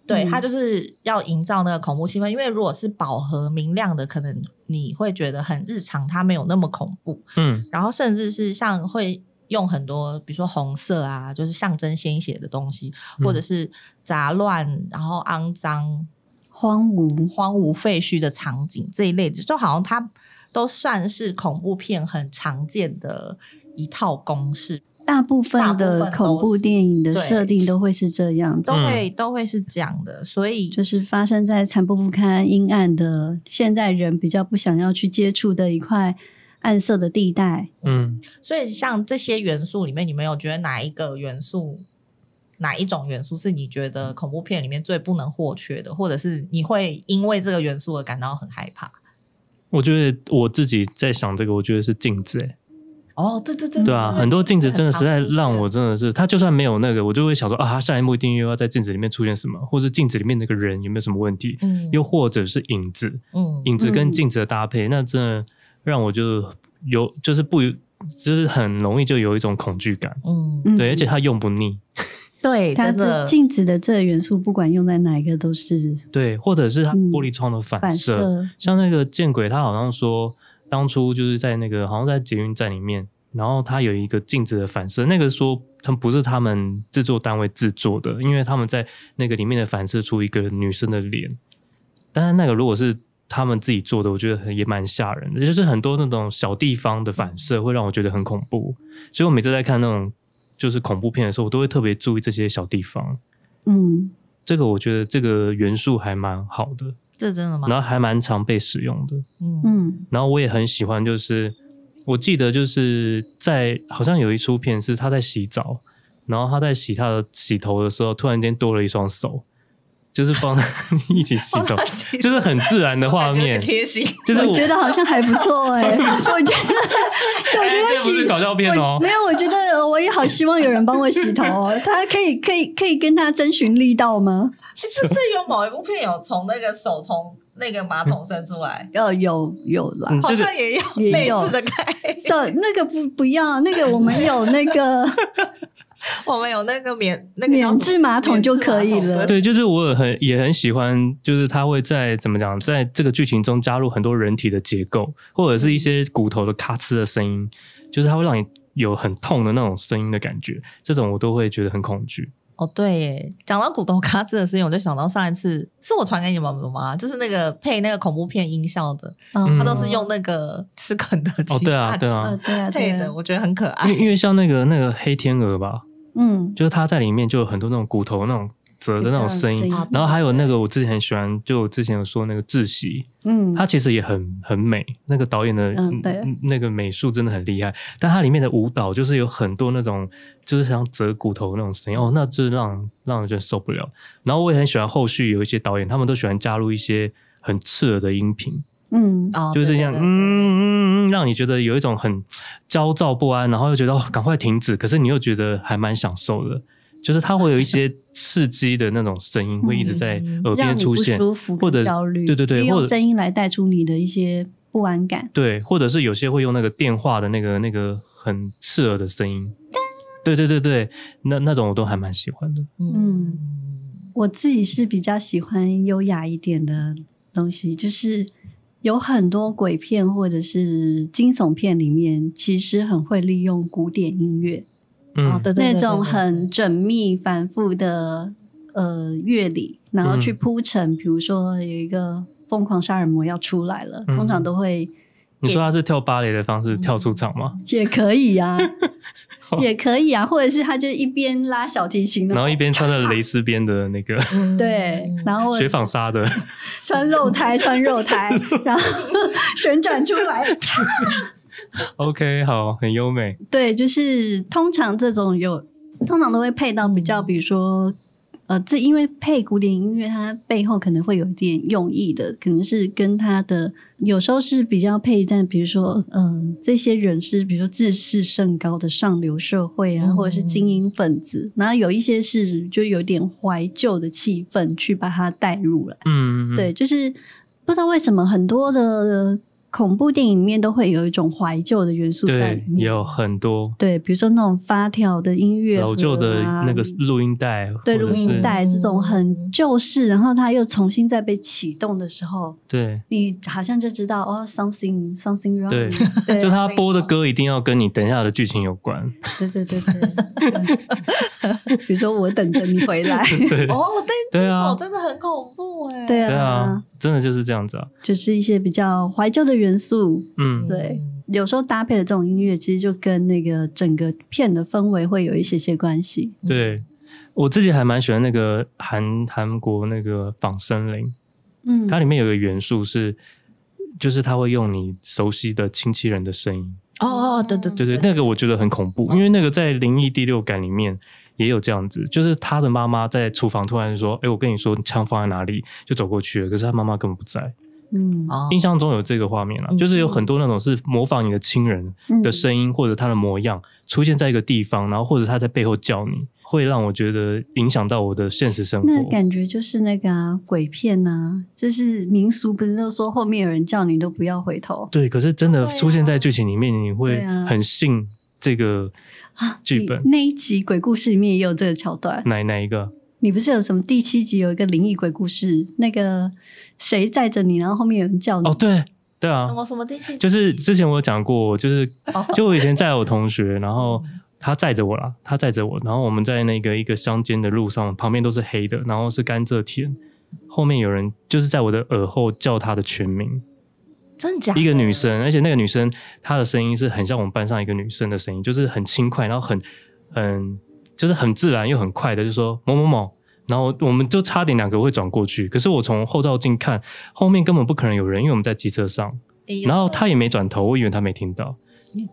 Speaker 1: 对，
Speaker 3: 嗯
Speaker 1: 它就是要营造那个恐怖气氛，因为如果是饱和明亮的，可能你会觉得很日常，它没有那么恐怖。
Speaker 2: 嗯
Speaker 1: 然后甚至是像会用很多，比如说红色啊，就是象征鲜血的东西，
Speaker 2: 嗯
Speaker 1: 或者是杂乱、然后肮脏、
Speaker 3: 荒芜。
Speaker 1: 荒芜废墟的场景这一类的，就好像它都算是恐怖片很常见的一套公式，
Speaker 3: 大部分
Speaker 1: 大部
Speaker 3: 的
Speaker 1: 分都是
Speaker 3: 恐怖电影的
Speaker 1: 对
Speaker 3: 设定都会是这样子
Speaker 1: 都，会、
Speaker 2: 嗯
Speaker 1: 都会是这样的。所以
Speaker 3: 就是发生在残破不堪、阴暗的，现在人比较不想要去接触的一块暗色的地带。
Speaker 2: 嗯，
Speaker 1: 所以像这些元素里面，你们有觉得哪一个元素，哪一种元素是你觉得恐怖片里面最不能或缺的，或者是你会因为这个元素而感到很害怕？
Speaker 2: 我觉得我自己在想这个，我觉得是镜子、欸，
Speaker 1: 哦，对对对，
Speaker 2: 对啊，很多镜子真的实在
Speaker 1: 很常出现
Speaker 2: 让我真的是，他就算没有那个，我就会想说啊，他下一幕一定又要在镜子里面出现什么，或者镜子里面那个人有没有什么问题，
Speaker 1: 嗯
Speaker 2: 又或者是影子，
Speaker 1: 嗯
Speaker 2: 影子跟镜子的搭配，那真的让我就有就是不就是很容易就有一种恐惧感，
Speaker 1: 嗯，
Speaker 3: 嗯，
Speaker 2: 对，而且他用不腻，
Speaker 1: 对，
Speaker 3: 它
Speaker 1: 真
Speaker 3: 这
Speaker 1: 的
Speaker 3: 镜子的这个元素，不管用在哪一个都是
Speaker 2: 对，或者是他
Speaker 3: 嗯
Speaker 2: 玻璃窗的反
Speaker 3: 反
Speaker 2: 射，
Speaker 3: 射。
Speaker 2: 像那个见鬼，他好像说当初就是在那个好像在捷运站里面，然后他有一个镜子的反射，那个说他们不是他们制作单位制作的，因为他们在那个里面的反射出一个女生的脸，但是那个如果是他们自己做的，我觉得也蛮吓人的，就是很多那种小地方的反射会让我觉得很恐怖，所以我每次在看那种就是恐怖片的时候，我都会特别注意这些小地方。
Speaker 3: 嗯，
Speaker 2: 这个我觉得这个元素还蛮好的，
Speaker 1: 这真的吗？
Speaker 2: 然后还蛮常被使用的。
Speaker 1: 嗯
Speaker 3: 嗯，
Speaker 2: 然后我也很喜欢，就是我记得就是在好像有一出片是他在洗澡，然后他在洗他的洗头的时候，突然间多了一双手，就是帮他一起洗
Speaker 1: <laughs>
Speaker 2: 头，
Speaker 1: 就
Speaker 2: 就是很自然的
Speaker 1: 哦
Speaker 2: 画面，
Speaker 1: 贴心，
Speaker 2: 就是
Speaker 3: 我觉得好像还不
Speaker 2: <laughs>
Speaker 3: 错哎、我觉得，我觉
Speaker 2: 哎
Speaker 3: 得
Speaker 2: 这不是
Speaker 3: 洗
Speaker 2: 搞笑片哦
Speaker 3: 我没。有，我觉得我也好希望有人帮我洗头哦。他可以，可以，可以跟他征询力道吗？
Speaker 1: <laughs> 是不是有某一部片有从那个手从那个马桶伸出来？
Speaker 3: 呃，有有啦，
Speaker 2: 嗯
Speaker 1: 好
Speaker 2: 就是
Speaker 1: 像也有
Speaker 3: 也
Speaker 1: 类
Speaker 3: 有
Speaker 1: 似的概念，
Speaker 3: 这那个不不要，那个我们有那个
Speaker 1: <laughs> 我们有那个免那个叫
Speaker 3: 免
Speaker 1: 什么
Speaker 3: 治马桶就可以
Speaker 1: 免治马
Speaker 3: 了
Speaker 1: 桶。
Speaker 2: 对，就是我很也很喜欢，就是他会在怎么讲，在这个剧情中加入很多人体的结构，或者是一些骨头的咔哧的声音，就是它会让你有很痛的那种声音的感觉，这种我都会觉得很恐惧。
Speaker 1: 哦，对耶，讲到骨头咔吱的事情，我就想到上一次是我传给你们的吗？就是那个配那个恐怖片音效的，
Speaker 2: 嗯
Speaker 1: 它都是用那个吃肯德基
Speaker 2: 哦对啊
Speaker 1: 大
Speaker 2: 对啊
Speaker 3: 呃对啊对
Speaker 1: 配
Speaker 3: 啊
Speaker 1: 的，，我觉得很可
Speaker 2: 因 <laughs>
Speaker 1: 爱
Speaker 2: 为。因为像那个那个黑天鹅吧，
Speaker 3: 嗯，
Speaker 2: 就是它在里面就有很多那种骨头那种折的那种声
Speaker 3: 嗯
Speaker 2: 音，然后还有那个我之前很喜欢，就我之前有说那个窒息，
Speaker 3: 嗯，
Speaker 2: 它其实也很很美，那个导演的、
Speaker 3: 嗯对
Speaker 2: 那个美术真的很厉害，但它里面的舞蹈就是有很多那种就是像折骨头那种声音，哦，那这让让人觉得受不了。然后我也很喜欢后续有一些导演，他们都喜欢加入一些很刺耳的音频，
Speaker 3: 嗯
Speaker 1: 哦，
Speaker 2: 就是这样，
Speaker 1: 对对
Speaker 2: 嗯
Speaker 1: 对
Speaker 2: 嗯嗯，嗯让你觉得有一种很焦躁不安，然后又觉得哦，赶快停止，可是你又觉得还蛮享受的，就是它会有一些刺激的那种声音会一直在耳
Speaker 3: 让
Speaker 2: 边
Speaker 3: 你
Speaker 2: 出
Speaker 3: 不
Speaker 2: 现，
Speaker 3: 舒服
Speaker 2: 或者
Speaker 3: 跟焦虑，
Speaker 2: 对对对，
Speaker 3: 利
Speaker 2: 或
Speaker 3: 用
Speaker 2: 者
Speaker 3: 声音来带出你的一些不安感。
Speaker 2: 对，或者是有些会用那个电话的那个那个很刺耳的声音，对对对对，那那种我都还蛮喜欢的。
Speaker 1: 嗯，
Speaker 3: 我自己是比较喜欢优雅一点的东西，就是有很多鬼片或者是惊悚片里面，其实很会利用古典音乐，
Speaker 2: 嗯，
Speaker 1: 哦，对对对对
Speaker 3: 那种
Speaker 1: 对对
Speaker 3: 很缜密、反复的呃乐理，然后去
Speaker 2: 嗯
Speaker 3: 铺陈。比如说有一个疯狂杀人魔要出来了，
Speaker 2: 嗯
Speaker 3: 通常都会
Speaker 2: 你说他是跳芭蕾的方式跳出场吗？
Speaker 3: 也可以
Speaker 2: <laughs>
Speaker 3: 啊，也可以啊，或者是他就一边拉小提琴，
Speaker 2: 然后一边穿着蕾丝边的那个
Speaker 1: 嗯
Speaker 3: 对，然后
Speaker 2: 雪纺纱的， <laughs>
Speaker 3: 穿肉胎，穿肉胎，然后旋转出来。
Speaker 2: OK，好，很优美。
Speaker 3: 对，就是通常这种有，通常都会配到比较，比如说，呃，这因为配古典音乐，它背后可能会有一点用意的，可能是跟它的有时候是比较配，但比如说，嗯、这些人是比如说自视甚高的上流社会啊，
Speaker 1: 嗯
Speaker 3: 或者是精英分子，然后有一些是就有点怀旧的气氛去把它带入来。
Speaker 2: 嗯，嗯
Speaker 3: 对，，就是不知道为什么很多的恐怖电影里面都会有一种怀旧的元素在里
Speaker 2: 对，
Speaker 3: 面。
Speaker 2: 有很多
Speaker 3: 对，比如说那种发条的音乐、啊嗯
Speaker 2: 老旧的那个录音带，
Speaker 3: 对
Speaker 2: 或者
Speaker 3: 录音
Speaker 2: 是
Speaker 3: 带这种很旧式，然后它又重新再被启动的时候，
Speaker 2: 对
Speaker 3: 你好像就知道哦，something something wrong，
Speaker 2: 对
Speaker 3: 对
Speaker 2: 就他播的歌一定要跟你等一下的剧情有关。
Speaker 3: 对对对对对 <laughs> 比如说我等着你回来，
Speaker 2: 对
Speaker 1: 哦，对
Speaker 2: 对啊
Speaker 1: 这首真的很恐怖哎，
Speaker 3: <laughs> 对
Speaker 2: 对
Speaker 3: 啊
Speaker 2: 啊，，真的就是这样子啊。
Speaker 3: 就是一些比较怀旧的元素，
Speaker 2: 嗯，
Speaker 3: 对有时候搭配的这种音乐，其实就跟那个整个片的氛围会有一些些关系。
Speaker 1: 嗯
Speaker 2: 对我自己还蛮喜欢那个韩韩国那个仿生灵，
Speaker 3: 嗯
Speaker 2: 它里面有个元素是。就是它会用你熟悉的亲戚人的声音，
Speaker 1: 哦哦，对
Speaker 3: 嗯
Speaker 1: 对
Speaker 2: 对对，那个我觉得很恐
Speaker 3: 哦
Speaker 2: 怖，因为那个在《灵异第六感》里面也有这样子，就是他的妈妈在厨房突然说：“哎，我跟你说，你枪放在哪里？”就走过去了，可是他妈妈根本不在。
Speaker 3: 嗯
Speaker 1: 哦
Speaker 2: 印象中有这个画面啊，
Speaker 1: 嗯
Speaker 2: 就是有很多那种是模仿你的亲人
Speaker 3: 嗯
Speaker 2: 的声音或者他的模样出现在一个地方，然后或者他在背后叫你，会让我觉得影响到我的现实生活。
Speaker 3: 那感觉就是那个、啊、鬼片呐、啊，就是民俗不是都说后面有人叫你都不要回头
Speaker 2: 对，可是真的
Speaker 1: 对啊
Speaker 2: 出现在剧情里面，你会
Speaker 3: 对啊
Speaker 2: 很信这个
Speaker 3: 啊？
Speaker 2: 剧本嗯
Speaker 3: 你那一集鬼故事里面也有这个桥段，
Speaker 2: 哪哪一个？
Speaker 3: 你不是有什么第七集有一个灵异鬼故事，那个谁载着你，然后后面有人叫你，
Speaker 2: 哦，对对啊
Speaker 1: 什，么什么第七
Speaker 2: 就是之前我有讲过，就是
Speaker 1: 哦嗯
Speaker 2: 就我以前载我同学，然后他载着我啦，他载着我，然后我们在那个一个乡间的路上，旁边都是黑的，然后是甘蔗田，后面有人就是在我的耳后叫他的全名，
Speaker 1: 真假的
Speaker 2: 一个女生，而且那个女生她的声音是很像我们班上一个女生的声音，就是很轻快，然后很很就是很自然又很快的，就说某某某。然后我们就差点两个会转过去，可是我从后照镜看，后面根本不可能有人，因为我们在机车上。
Speaker 1: 哎呦
Speaker 2: 然后他也没转头，我以为他没听到，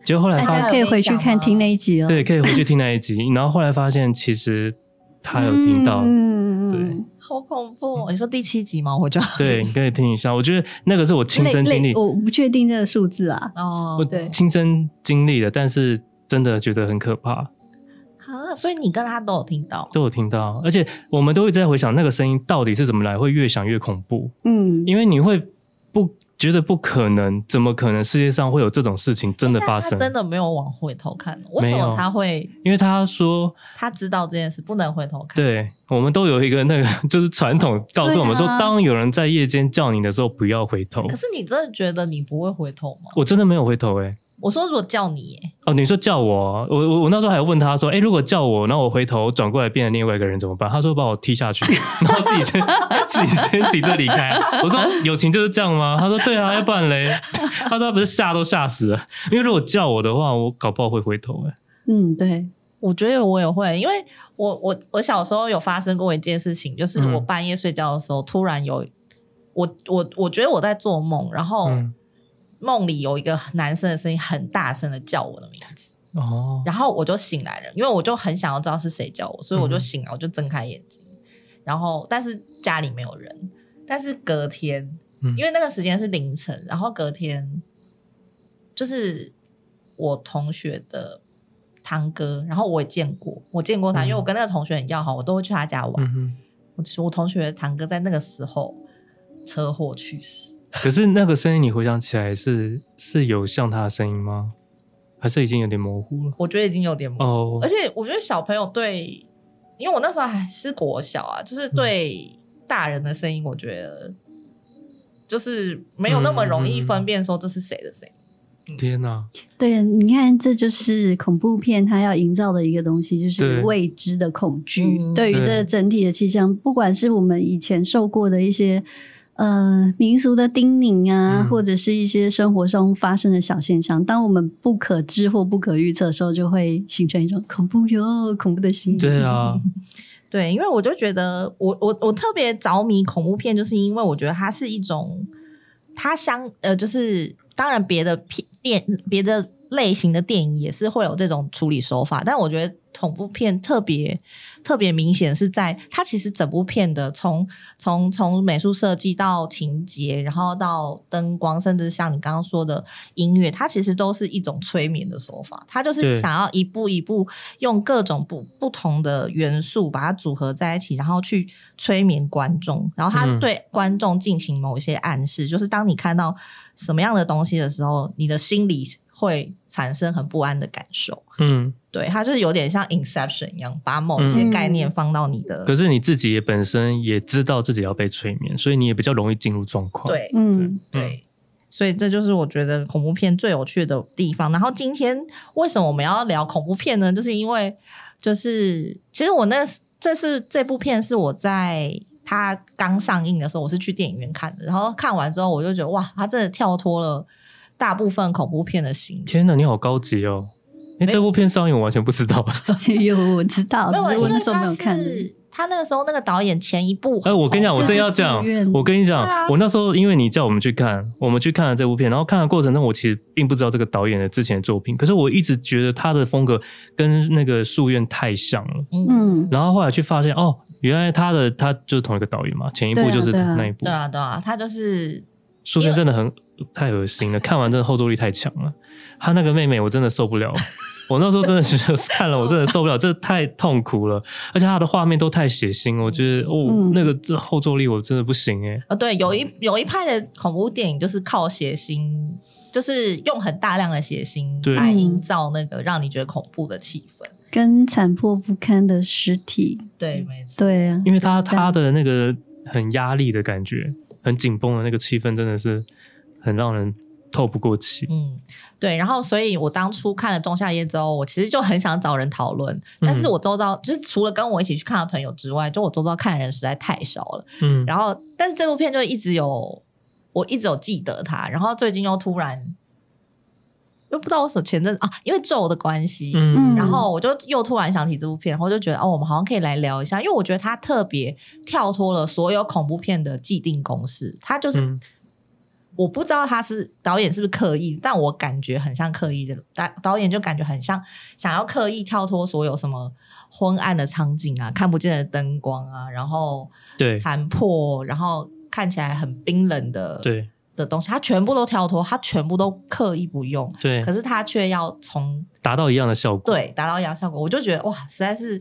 Speaker 2: 结果后来
Speaker 3: 大
Speaker 2: 发
Speaker 1: 哎
Speaker 3: 家
Speaker 2: 现，
Speaker 3: 可以回去看听那一集哦。
Speaker 2: 对，可以回去听那一集。 <laughs> 然后后来发现，其实他有听到，
Speaker 3: 嗯
Speaker 2: 对
Speaker 1: 好恐怖哦，你说第七集吗？我就
Speaker 2: 对，你可以听一下。我觉得那个是我亲身经历，
Speaker 3: 我不确定这个数字啊。
Speaker 1: 哦
Speaker 2: 我
Speaker 3: 对
Speaker 2: 亲身经历的，但是真的觉得很可怕，
Speaker 1: 啊，所以你跟他都有听到，
Speaker 2: 都有听到。而且我们都会在回想那个声音到底是怎么来，会越想越恐怖，
Speaker 3: 嗯，
Speaker 2: 因为你会不。觉得不可能，怎么可能世界上会有这种事情真的发生？
Speaker 1: 但他真的没有往回头看，哦为
Speaker 2: 没
Speaker 1: 什
Speaker 2: 有
Speaker 1: 么他会？
Speaker 2: 因为他说，
Speaker 1: 他知道这件事不能回头看，
Speaker 2: 对我们都有一个那个 <laughs> 就是传统告诉我们说，
Speaker 3: 对啊
Speaker 2: 当有人在夜间叫你的时候，不要回头
Speaker 1: 可。是你真的觉得你不会回头吗？
Speaker 2: 我真的没有回头哎、欸
Speaker 1: 我说，如果叫你耶，
Speaker 2: 哦，你说叫我，我我我那时候还有问他说，哎，如果叫我，然后我回头转过来变成另外一个人怎么办？他说把我踢下去， <laughs> 然后自己先自己先急着离开。我说友情就是这样吗？他说对啊，要不然
Speaker 1: <laughs>
Speaker 2: 嘞？他说他不是吓都吓死了，因为如果叫我的话，我搞不好会回头哎。
Speaker 3: 嗯，对，
Speaker 1: 我觉得我也会，因为我我我小时候有发生过一件事情，就是
Speaker 2: 嗯
Speaker 1: 我半夜睡觉的时候，突然有我我我觉得我在做梦，然后
Speaker 2: 嗯
Speaker 1: 梦里有一个男生的声音很大声的叫我的名字。
Speaker 2: 哦，
Speaker 1: 然后我就醒来了，因为我就很想要知道是谁叫我，所以我就醒来，我就睁开眼睛，然后但是家里没有人，但是隔天，
Speaker 2: 嗯
Speaker 1: 因为那个时间是凌晨，然后隔天就是我同学的堂哥，然后我也见过，我见过他，
Speaker 2: 嗯
Speaker 1: 因为我跟那个同学很要好，我都会去他家玩。
Speaker 2: 嗯哼。
Speaker 1: 我我同学的堂哥在那个时候车祸去世，
Speaker 2: 可是那个声音你回想起来是是有像他的声音吗？还是已经有点模糊了？
Speaker 1: 我觉得已经有点模糊
Speaker 2: 哦
Speaker 1: 而，且我觉得小朋友对，因为我那时候还是国小啊，就是对大人的声音，我觉得就是没有那么容易分辨说这是谁的声音。
Speaker 2: 天哪！
Speaker 1: 嗯
Speaker 3: 对，你看，这就是恐怖片它要营造的一个东西，就是
Speaker 2: 对
Speaker 3: 未知的恐惧。
Speaker 1: 嗯
Speaker 3: 对于这个
Speaker 2: 对
Speaker 3: 整体的气象，不管是我们以前受过的一些呃民俗的叮咛啊，
Speaker 2: 嗯
Speaker 3: 或者是一些生活中发生的小现象，当我们不可知或不可预测的时候，就会形成一种恐怖哟、恐怖的心理。
Speaker 2: 对啊，
Speaker 1: 对，因为我就觉得我我我特别着迷恐怖片，就是因为我觉得它是一种，它相呃，就是当然别的片电别的类型的电影也是会有这种处理手法，但我觉得恐怖片特别特别明显是在它其实整部片的从从从美术设计到情节，然后到灯光，甚至像你刚刚说的音乐，它其实都是一种催眠的手法，它就是
Speaker 2: 对
Speaker 1: 想要一步一步用各种不不同的元素把它组合在一起，然后去催眠观众，然后它
Speaker 2: 嗯
Speaker 1: 对观众进行某一些暗示，就是当你看到什么样的东西的时候，你的心里会产生很不安的感受。
Speaker 2: 嗯。
Speaker 1: 对，它就是有点像 Inception 一样，把某一些
Speaker 3: 嗯
Speaker 1: 概念放到你的、
Speaker 2: 可是你自己也本身也知道自己要被催眠，所以你也比较容易进入状况。，
Speaker 1: 对
Speaker 3: 嗯，
Speaker 1: 对，所以这就是我觉得恐怖片最有趣的地方。然后今天为什么我们要聊恐怖片呢？就是因为就是其实我那这是这部片是我在它刚上映的时候，我是去电影院看的，然后看完之后我就觉得哇，它真的跳脱了大部分恐怖片的形式。
Speaker 2: 天哪，你好高级哦！
Speaker 1: 没
Speaker 2: 哎、这部片上映我完全不知
Speaker 1: <laughs>
Speaker 2: 道。
Speaker 3: <laughs> 有我知道，
Speaker 1: 没有，啊
Speaker 3: 只是
Speaker 1: 因
Speaker 3: 我那
Speaker 1: 为
Speaker 3: 时候没
Speaker 1: 它
Speaker 3: 有看。
Speaker 1: 是他那个时候那个导演前一部，
Speaker 2: 哎、我跟你讲，
Speaker 3: 哦
Speaker 2: 我正要讲
Speaker 3: 就是寺院，
Speaker 2: 我跟你讲，
Speaker 1: 对啊
Speaker 2: 我那时候因为你叫我们去看，我们去看了这部片，然后看的过程中，我其实并不知道这个导演的之前的作品，可是我一直觉得他的风格跟那个《夙愿》太像了。
Speaker 3: 嗯，
Speaker 2: 然后后来去发现，哦，原来他的他就是同一个导演嘛，前一部
Speaker 3: 对啊
Speaker 2: 就是
Speaker 3: 对啊
Speaker 2: 那一部
Speaker 1: 对。啊，对啊，他就是
Speaker 2: 书生真的很太恶心
Speaker 1: <laughs>
Speaker 2: 了，看完真的后坐力太强了。他那个妹妹我真的受不了，
Speaker 1: <laughs>
Speaker 2: 我那时候真的觉得看了我真的受不了，这太痛苦了，而且他的画面都太血腥，我觉得哦、
Speaker 3: 嗯
Speaker 2: 那个这后坐力我真的不行哎、
Speaker 1: 呃，对，有一有一派的恐怖电影就是靠血腥，就是用很大量的血腥
Speaker 2: 对
Speaker 1: 来营造那个让你觉得恐怖的气氛。
Speaker 3: 跟残破不堪的尸体，
Speaker 1: 对，
Speaker 2: 嗯
Speaker 1: 没错。
Speaker 3: 对啊，
Speaker 2: 因为他他的那个很压力的感觉，很紧绷的那个气氛真的是很让人透不过气。
Speaker 1: 嗯，对，然后所以我当初看了《仲夏夜》之后，我其实就很想找人讨论，
Speaker 2: 嗯
Speaker 1: 但是我周遭、就是除了跟我一起去看的朋友之外，就我周遭看的人实在太少了。
Speaker 2: 嗯，
Speaker 1: 然后，但是这部片就一直有，我一直有记得它，然后最近又突然又不知道为什么前阵子啊，因为咒的关系，
Speaker 2: 嗯
Speaker 1: 然后我就又突然想起这部片，然后就觉得哦，我们好像可以来聊一下，因为我觉得它特别跳脱了所有恐怖片的既定公式，它就是、
Speaker 2: 嗯
Speaker 1: 我不知道他是导演是不是刻意，但我感觉很像刻意的导导演就感觉很像想要刻意跳脱所有什么昏暗的场景啊，看不见的灯光啊，然后
Speaker 2: 对
Speaker 1: 残破，然后看起来很冰冷的
Speaker 2: 对
Speaker 1: 的东西，他全部都跳脱，他全部都刻意不用，
Speaker 2: 对
Speaker 1: 可，是他却要从
Speaker 2: 达到一样的效果。
Speaker 1: 对，达到一样效果，我就觉得哇，实在是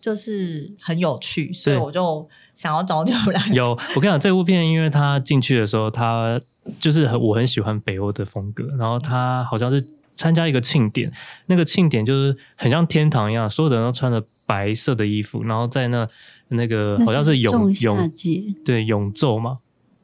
Speaker 1: 就是很有趣，所以
Speaker 2: 对
Speaker 1: 我就想要找你们 <laughs> 来。
Speaker 2: 有，我跟你讲，这部片因为他进去的时候，他就是很我很喜欢北欧的风格，然后他好像是参加一个庆典，那个庆典就是很像天堂一样，所有的人都穿着白色的衣服，然后在那那个好像是永
Speaker 3: 仲夏
Speaker 2: 永
Speaker 3: 节，
Speaker 2: 对永昼嘛，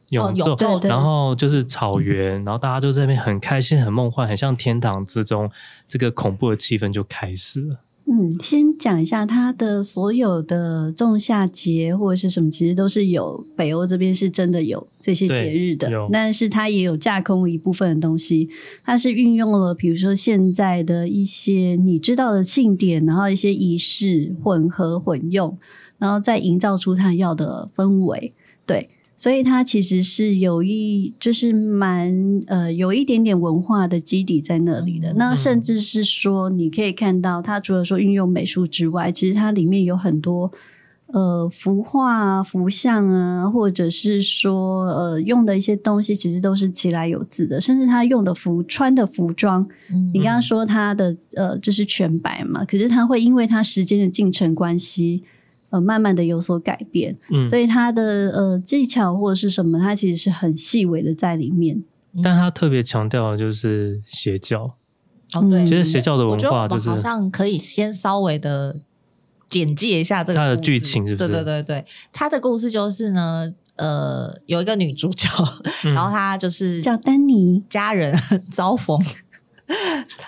Speaker 2: 永
Speaker 1: 哦有
Speaker 2: 昼。
Speaker 1: 咒
Speaker 3: 对
Speaker 2: 然后就是草原，然后大家就在那边很开心、很梦幻，很像天堂之中，这个恐怖的气氛就开始了。
Speaker 3: 嗯，先讲一下它的所有的仲夏节或者是什么，其实都是有北欧这边是真的有这些节日的
Speaker 2: 对有，
Speaker 3: 但是它也有架空了一部分的东西，它是运用了比如说现在的一些你知道的庆典，然后一些仪式混合混用，然后再营造出它要的氛围，对。所以它其实是有一，就是蛮呃有一点点文化的基底在那里的。
Speaker 1: 嗯
Speaker 3: 那甚至是说，你可以看到它除了说运用美术之外，其实它里面有很多呃幅画啊、幅像啊，或者是说呃用的一些东西，其实都是其来有自的。甚至他用的服穿的服装，
Speaker 1: 嗯
Speaker 3: 你刚刚说他的呃就是全白嘛，可是他会因为他时间的进程关系，呃慢慢的有所改变。
Speaker 2: 嗯，
Speaker 3: 所以它的呃技巧或者是什么，它其实是很细微的在里面。
Speaker 2: 但他特别强调的就是邪教，
Speaker 1: 哦对，
Speaker 2: 嗯其实邪教的
Speaker 1: 我
Speaker 2: 文
Speaker 1: 觉得
Speaker 2: 化
Speaker 1: 我
Speaker 2: 就
Speaker 1: 们
Speaker 2: 是
Speaker 1: 好像可以先稍微的简介一下这个
Speaker 2: 它的
Speaker 1: 故事
Speaker 2: 剧情是不是
Speaker 1: 对对对对，他的故事就是呢，呃，有一个女主角，
Speaker 2: 嗯
Speaker 1: 然后她就是
Speaker 3: 叫丹尼
Speaker 1: 家人 <laughs> 遭逢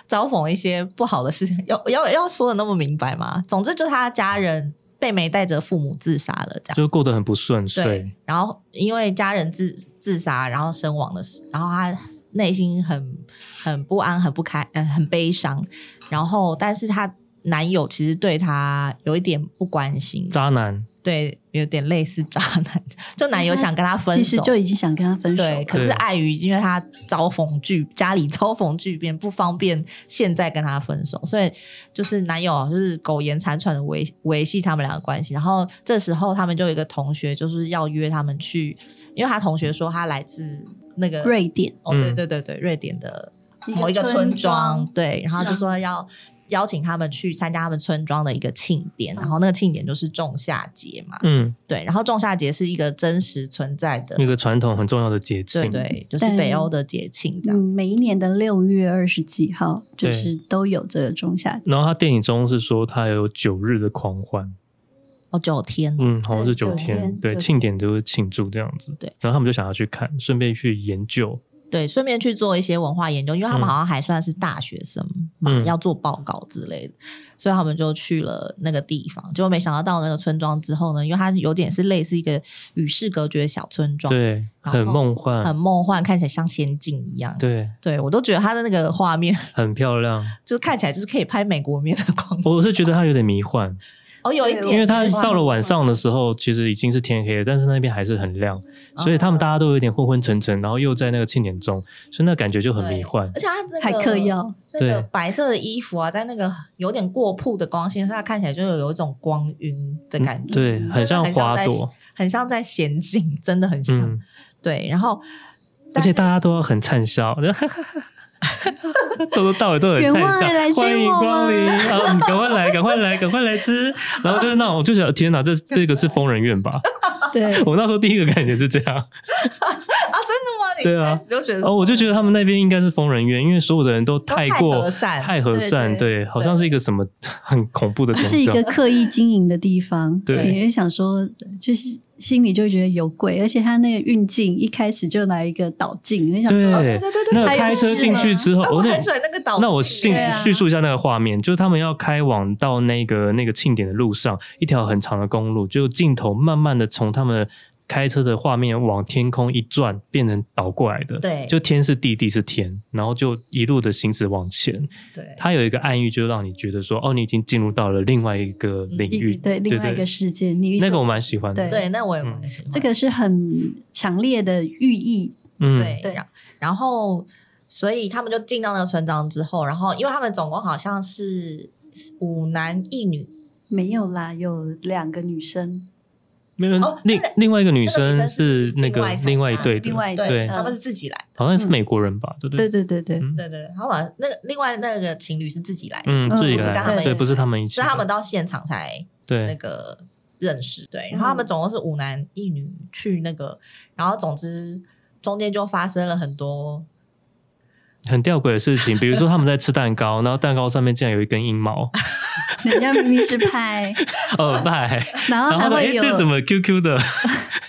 Speaker 1: 遭逢一些不好的事情，要要要说的那么明白吗？总之，就她家人被没带着父母自杀了，这样。
Speaker 2: 就过得很不顺
Speaker 1: 对
Speaker 2: 遂。，
Speaker 1: 然后因为家人自自杀，然后身亡的事，然后他内心很很不安，很不开，嗯、很悲伤。然后，但是她男友其实对她有一点不关心，
Speaker 2: 渣男，
Speaker 1: 对，有点类似渣男。 <laughs> 就男友想跟她分手，
Speaker 3: 其实就已经想跟他分手了
Speaker 1: 对，可是
Speaker 2: 对
Speaker 1: 碍于因为他遭逢巨家里遭逢巨变，不方便现在跟他分手，所以就是男友就是苟延残喘的维维系他们两个关系。然后这时候他们就有一个同学就是要约他们去，因为他同学说他来自那个
Speaker 3: 瑞典
Speaker 1: 哦，对
Speaker 2: 嗯
Speaker 1: 对对对，瑞典的某一个村庄，，对，然后就说要邀请他们去参加他们村庄的一个庆典，然后那个庆典就是仲夏节嘛，
Speaker 2: 嗯，
Speaker 1: 对，然后仲夏节是一个真实存在的
Speaker 2: 那嗯个传统很重要的节
Speaker 1: 对
Speaker 2: 庆。
Speaker 1: 对，就是
Speaker 3: 对
Speaker 1: 北欧的节庆这
Speaker 3: 嗯，
Speaker 1: 样。
Speaker 3: 每一年的六月二十几号就
Speaker 2: 对
Speaker 3: 是都有这个仲夏节。
Speaker 2: 然后他电影中是说他有九日的狂欢，
Speaker 1: 哦，九天，
Speaker 2: 嗯，好像是
Speaker 3: 九
Speaker 2: 九天
Speaker 3: 天，
Speaker 2: 对，
Speaker 3: 九
Speaker 2: 庆典就是庆祝这样子。
Speaker 1: 对，
Speaker 2: 然后他们就想要去看，顺便去研究。
Speaker 1: 对，顺便去做一些文化研究，因为他们
Speaker 2: 嗯
Speaker 1: 好像还算是大学生嘛，
Speaker 2: 嗯
Speaker 1: 要做报告之类的，所以他们就去了那个地方。结果没想到到那个村庄之后呢，因为它有点是类似一个与世隔绝的小村庄，
Speaker 2: 对，
Speaker 1: 然后
Speaker 2: 很梦
Speaker 1: 很
Speaker 2: 幻，
Speaker 1: 梦幻，看起来像仙境一样。
Speaker 2: 对，
Speaker 1: 对我都觉得它的那个画面， <laughs>
Speaker 2: 很漂亮。
Speaker 1: 就是看起来就是可以拍美国片的光 <laughs>
Speaker 2: 我是觉得他有点迷幻，
Speaker 1: 哦，有一
Speaker 3: 对
Speaker 1: 点，
Speaker 2: 因为他
Speaker 3: 迷幻
Speaker 2: 到了晚上的时候，其实已经是天黑了，但是那边还是很亮，
Speaker 1: 嗯
Speaker 2: 所以他们大家都有点昏昏沉沉，然后又在那个庆典中，所以那感觉就很迷幻。
Speaker 1: 而且它那个
Speaker 3: 还嗑药，
Speaker 1: 那个
Speaker 2: 对
Speaker 1: 白色的衣服啊，在那个有点过曝的光线下，看起来就有有一种光晕的感觉，
Speaker 2: 嗯对，
Speaker 1: 真的
Speaker 2: 很像花
Speaker 1: 在
Speaker 2: 朵，，
Speaker 1: 很像在仙境，真的很像。
Speaker 2: 嗯，
Speaker 1: 对，
Speaker 2: <laughs>
Speaker 1: 然后啊
Speaker 2: 而
Speaker 1: 但是
Speaker 2: 且大家都要很灿笑，就 <laughs> 从头到尾都很
Speaker 3: 远
Speaker 2: 灿
Speaker 3: 望来
Speaker 2: 笑，欢
Speaker 3: 追
Speaker 2: 迎
Speaker 3: 我
Speaker 2: 光临，
Speaker 3: 吗
Speaker 2: 啊，赶快来，赶快来，赶快来吃。然后就是那种，我就觉得天哪，这这个是疯人院吧？ <laughs>
Speaker 3: 对，
Speaker 2: 我那时候第一个感觉是这样，
Speaker 1: 啊，真的
Speaker 2: 对
Speaker 1: 吗？你
Speaker 2: 啊
Speaker 1: 一开始就觉得
Speaker 2: 哦，我就觉得他们那边应该是疯人院，因为所有的人都
Speaker 1: 都
Speaker 2: 太
Speaker 1: 太
Speaker 2: 过
Speaker 1: 和善
Speaker 2: 太和善，
Speaker 3: 对
Speaker 2: 对，好像是一个什么很恐怖的啊
Speaker 3: 它
Speaker 2: 宗
Speaker 3: 是一
Speaker 2: 教
Speaker 3: 个，刻意经营的地方，
Speaker 2: 对
Speaker 3: 你会想说，就是心里就会觉得有鬼，而且他那个运镜一开始就来一个导镜，你想说，
Speaker 1: 哦
Speaker 2: 对
Speaker 1: 对对对对，
Speaker 2: 那个
Speaker 1: 还有
Speaker 2: 开车
Speaker 1: 是
Speaker 2: 进去
Speaker 1: 吗
Speaker 2: 之后，
Speaker 1: 啊
Speaker 2: 哦
Speaker 1: 我
Speaker 2: 那
Speaker 1: 很喜欢那个岛，
Speaker 2: 那我
Speaker 1: 信
Speaker 2: 叙
Speaker 3: 对啊
Speaker 2: 叙述一下那个画面，就是他们要开往到那个那个庆典的路上，一条很长的公路，就镜头慢慢的从他们开车的画面往天空一转，变成倒过来的。
Speaker 1: 对
Speaker 2: 就天是地，地是天，然后就一路的行驶往前。
Speaker 1: 对
Speaker 2: 它有一个暗喻，就让你觉得说，哦，你已经进入到了另外一个领
Speaker 3: 一
Speaker 2: 域，
Speaker 3: 对另外一个世界，你
Speaker 2: 那个我蛮喜欢的。
Speaker 3: 对
Speaker 1: 对，那我也蛮喜欢
Speaker 3: 这个是很强烈的寓意，
Speaker 2: 嗯，
Speaker 1: 对，
Speaker 3: 对
Speaker 1: 然然后所以他们就进到那个村庄之后，然后因为他们总共好像是五男一女，
Speaker 3: 没有啦，有两个女生，
Speaker 2: 没有
Speaker 1: 哦
Speaker 2: 另
Speaker 1: 那个
Speaker 2: 另外一个女
Speaker 1: 那个女
Speaker 2: 生
Speaker 1: 生是
Speaker 2: 是那
Speaker 1: 另
Speaker 2: 个
Speaker 1: 外参加
Speaker 2: 另外一队的
Speaker 3: 啊另，外一
Speaker 1: 对，
Speaker 2: 对
Speaker 1: 他们是自己来的，
Speaker 2: 好像是
Speaker 3: 嗯
Speaker 2: 美国人吧，对不
Speaker 3: 对
Speaker 2: 对？
Speaker 3: 对对对，
Speaker 2: 嗯
Speaker 1: 对对，对他们好像那个另外那个情侣是自己来的，
Speaker 2: 嗯，自己
Speaker 3: 不是跟他
Speaker 2: 来，
Speaker 3: 们
Speaker 2: 对，
Speaker 1: 一起
Speaker 2: 不是
Speaker 1: 来
Speaker 2: 他们一起
Speaker 1: 是
Speaker 2: 的，
Speaker 1: 他们到现场才那
Speaker 2: 对，
Speaker 1: 个认识，对，然后他
Speaker 2: 嗯
Speaker 1: 们总共是五男一女去那个，然后总之中间就发生了很
Speaker 2: <laughs>
Speaker 1: 多，
Speaker 2: 很吊诡的事情，比如说他们在吃蛋糕，然后蛋糕上面竟然有一根阴毛，
Speaker 3: 人家明明是
Speaker 2: <laughs>
Speaker 3: 派，
Speaker 2: 哦，拜，
Speaker 3: 然后
Speaker 2: 然
Speaker 3: 啊还
Speaker 2: 后
Speaker 3: 会
Speaker 2: 哎，
Speaker 3: 有
Speaker 2: 这怎么 QQ 的？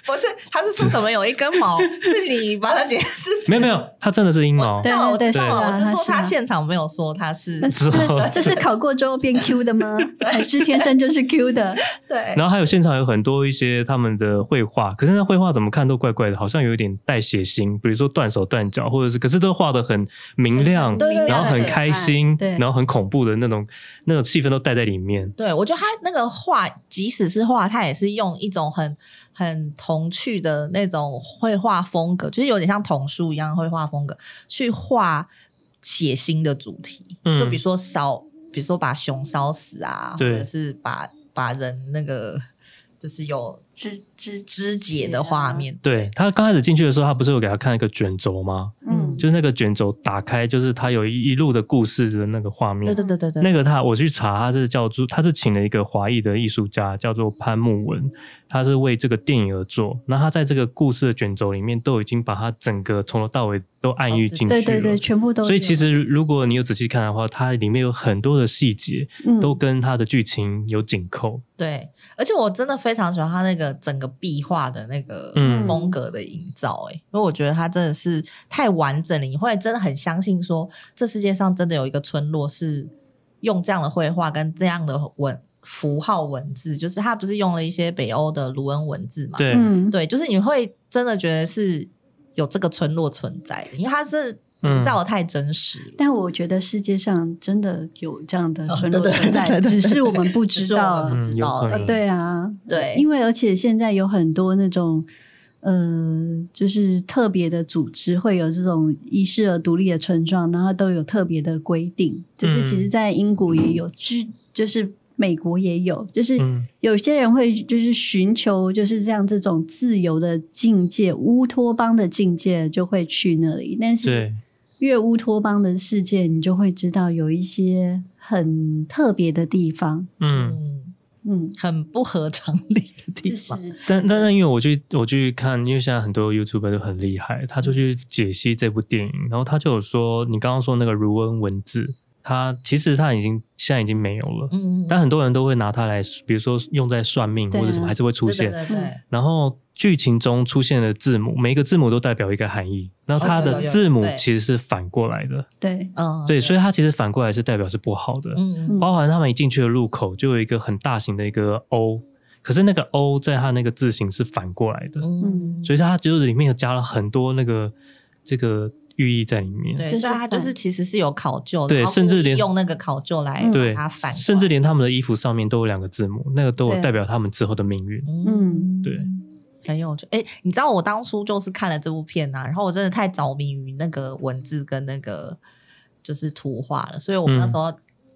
Speaker 1: 不是，他是说怎么有一根
Speaker 2: <laughs>
Speaker 1: 毛，是你把它解释
Speaker 2: 没有没有，它真的是阴毛
Speaker 1: 我知，道了，我
Speaker 3: 对
Speaker 1: 知
Speaker 3: 对
Speaker 1: 道
Speaker 3: 对
Speaker 1: 了，我
Speaker 3: 是
Speaker 1: 是
Speaker 3: 啊
Speaker 1: 说
Speaker 3: 是啊
Speaker 1: 他现场没有说他是
Speaker 3: 这是
Speaker 2: 之
Speaker 1: <laughs>
Speaker 2: 后
Speaker 3: 这是考过之后变 Q 的吗？还是天生就是 Q 的？
Speaker 1: 对，
Speaker 2: 然后还有现场有很多一些他们的绘画，可是那绘画怎么看都怪怪的，好像有一点带血腥，比如说断手断脚，或者是可是都画的很明亮，
Speaker 1: 对对对
Speaker 2: 然后很
Speaker 1: 对哎
Speaker 2: 开心，
Speaker 3: 对
Speaker 2: 然后很恐怖的那种那种气氛都带在里面。
Speaker 1: 对，我觉得他那个画，即使是画，他也是用一种很很童趣的那种绘画风格，就是有点像童书一样的绘画风格去画血腥的主题，
Speaker 2: 嗯
Speaker 1: 就比如说烧，比如说把熊烧死啊，或
Speaker 2: 对
Speaker 1: 者是把把人那个就是有
Speaker 3: 肢肢
Speaker 1: 肢解啊的画，面，
Speaker 2: 对他刚开始进去的时候，他不是有给他看一个卷轴吗？
Speaker 1: 嗯
Speaker 3: 嗯，
Speaker 2: 就是那个卷轴打开，就是他有一一路的故事的那个画面
Speaker 1: 对。对对对对，
Speaker 2: 那个他我去查，他是叫做他是请了一个华裔的艺术家，叫做潘慕文，他是为这个电影而做。那他在这个故事的卷轴里面，都已经把他整个从头到尾都暗喻进去了。
Speaker 3: 对对对，全部都有。
Speaker 2: 所以其实如果你有仔细看的话，它里面有很多的细节
Speaker 3: 嗯
Speaker 2: 都跟它的剧情有紧扣。
Speaker 1: 对，而且我真的非常喜欢他那个整个壁画的那个
Speaker 2: 嗯
Speaker 1: 风格的营造、欸，因为我觉得他真的是太完整了，你会真的很相信说这世界上真的有一个村落是用这样的绘画跟这样的文符号文字，就是他不是用了一些北欧的卢恩文字嘛？
Speaker 2: 对，
Speaker 3: 嗯，
Speaker 1: 对，就是你会真的觉得是有这个村落存在的，因为它是
Speaker 2: 嗯
Speaker 1: 营造的太真实了。
Speaker 3: 但我觉得世界上真的有这样的
Speaker 1: 哦
Speaker 3: 村
Speaker 1: 对
Speaker 3: 落
Speaker 1: 对 <laughs>
Speaker 3: 存
Speaker 1: 对
Speaker 3: 在，
Speaker 1: 对对
Speaker 3: 只是我们
Speaker 1: <laughs>
Speaker 3: 不
Speaker 1: 只
Speaker 3: 知
Speaker 1: 是我
Speaker 3: 道
Speaker 1: 们。不知
Speaker 2: 嗯有
Speaker 1: 道
Speaker 2: 可
Speaker 1: 而
Speaker 2: 能
Speaker 1: 已，呃
Speaker 3: 对啊，
Speaker 1: 对
Speaker 3: 因为而且现在有很多那种。呃，就是特别的组织会有这种遗世而独立的村庄，然后都有特别的规定。就是其实，在英国也有，去、就是美国也有，就是
Speaker 2: 嗯
Speaker 3: 有些人会就是寻求就是这样这种自由的境界，乌托邦的境界，就会去那里。但是
Speaker 2: 对，
Speaker 3: 越乌托邦的世界，你就会知道有一些很特别的地方。
Speaker 2: 嗯。
Speaker 1: 嗯，
Speaker 3: 嗯，
Speaker 1: 很不合常理的地
Speaker 3: 就
Speaker 1: 方。
Speaker 3: 是
Speaker 2: 但但但因为我去我去看，因为现在很多 YouTuber 都很厉害，他
Speaker 1: 嗯
Speaker 2: 就去解析这部电影，然后他就有说，你刚刚说那个如恩文字，它其实它已经现在已经没有了，
Speaker 1: 嗯，嗯
Speaker 2: 但很多人都会拿它来，比如说用在算命
Speaker 3: 对啊
Speaker 2: 或者什么，还是会出现。
Speaker 1: 对对对对
Speaker 2: 然后剧情中出现的字母，每一个字母都代表一个含义，那它
Speaker 1: 哦有有
Speaker 2: 的
Speaker 1: 有
Speaker 2: 字母
Speaker 1: 对
Speaker 2: 其实是反过来的，
Speaker 3: 对，
Speaker 1: 嗯，
Speaker 2: 对，所以它其实反过来是代表是不好的。
Speaker 1: 嗯嗯
Speaker 3: 嗯
Speaker 2: 包含他们一进去的入口就有一个很大型的一个 O，可是那个 O 在它那个字形是反过来的，
Speaker 1: 嗯，
Speaker 2: 所以它就是里面有加了很多那个这个寓意在里面。
Speaker 1: 对，
Speaker 3: 就是
Speaker 1: 所以它就是
Speaker 3: 反
Speaker 1: 其实是有考究的，
Speaker 2: 对
Speaker 1: 然后
Speaker 2: 甚至
Speaker 1: 故意
Speaker 2: 连
Speaker 1: 用那个考究来
Speaker 3: 嗯
Speaker 2: 对
Speaker 1: 把它反过来，
Speaker 2: 甚至连他们的衣服上面都有两个字母，那个都有
Speaker 3: 对
Speaker 2: 代表他们之后的命运。
Speaker 1: 嗯，
Speaker 2: 对。
Speaker 1: 很有趣，哎、你知道我当初就是看了这部片啊呐、然后我真的太着迷于那个文字跟那个就是图画了，所以我
Speaker 2: 嗯
Speaker 1: 那时候、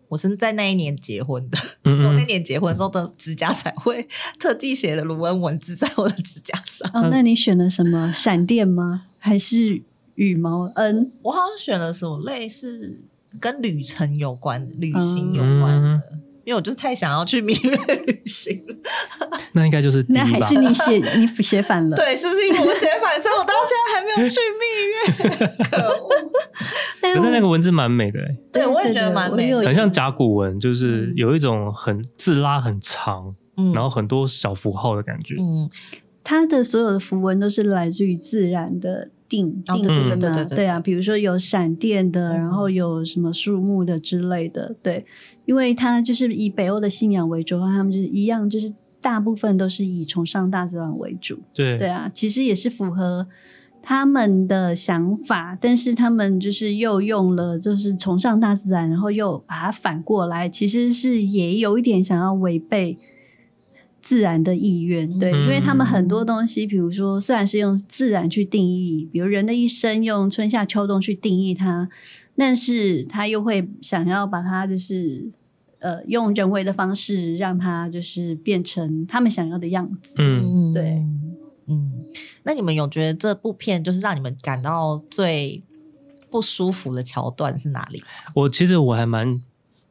Speaker 1: 我是在那一年结婚的， <laughs> 我
Speaker 2: 嗯
Speaker 1: 那
Speaker 2: 嗯，
Speaker 1: 年结婚的时候的指甲才会特地写了卢恩文字在我的指甲上，
Speaker 3: 哦，那你选了什么？闪电吗？还是羽毛？嗯，
Speaker 1: 我好像选了什么类似跟旅程有关、旅行有关
Speaker 2: 嗯
Speaker 1: 的，因为我就是太想要去蜜月旅行了。
Speaker 2: 那应该就是第一
Speaker 3: 那还
Speaker 2: 吧
Speaker 3: 是。你写你写反
Speaker 2: 嗯
Speaker 3: 了。
Speaker 1: 对，是不是因为我写反，所以我到现在还没有去蜜
Speaker 2: <laughs>
Speaker 1: 月？可恶！
Speaker 3: 但
Speaker 2: 可是那个文字蛮美的、欸，
Speaker 1: 对，我也觉得蛮美
Speaker 3: 我有
Speaker 1: 的。
Speaker 2: 很像甲骨文，就是
Speaker 3: 嗯
Speaker 2: 有一种很字拉很长，
Speaker 1: 嗯
Speaker 2: 然后很多小符号的感觉。
Speaker 1: 嗯，
Speaker 3: 它的所有的符文都是来自于自然的定
Speaker 1: 哦
Speaker 3: 定
Speaker 1: 对
Speaker 2: 对对
Speaker 3: 音
Speaker 1: 对
Speaker 3: 啊
Speaker 1: 对对
Speaker 3: 对啊，比如说有闪电的，
Speaker 1: 嗯
Speaker 3: 然后有什么树木的之类的，对，因为它就是以北欧的信仰为主，他们就是一样，就是大部分都是以崇尚大自然为主，
Speaker 2: 对
Speaker 3: 对啊，其实也是符合他们的想法，但是他们就是又用了就是崇尚大自然，然后又把它反过来，其实是也有一点想要违背自然的意愿，对，
Speaker 2: 嗯
Speaker 3: 因为他们很多东西，比如说虽然是用自然去定义，比如人的一生用春夏秋冬去定义它，但是他又会想要把它就是。呃，用人为的方式让它就是变成他们想要的样子。
Speaker 2: 嗯，
Speaker 3: 对，
Speaker 1: 嗯，那你们有觉得这部片就是让你们感到最不舒服的桥段是哪里？
Speaker 2: 我其实我还蛮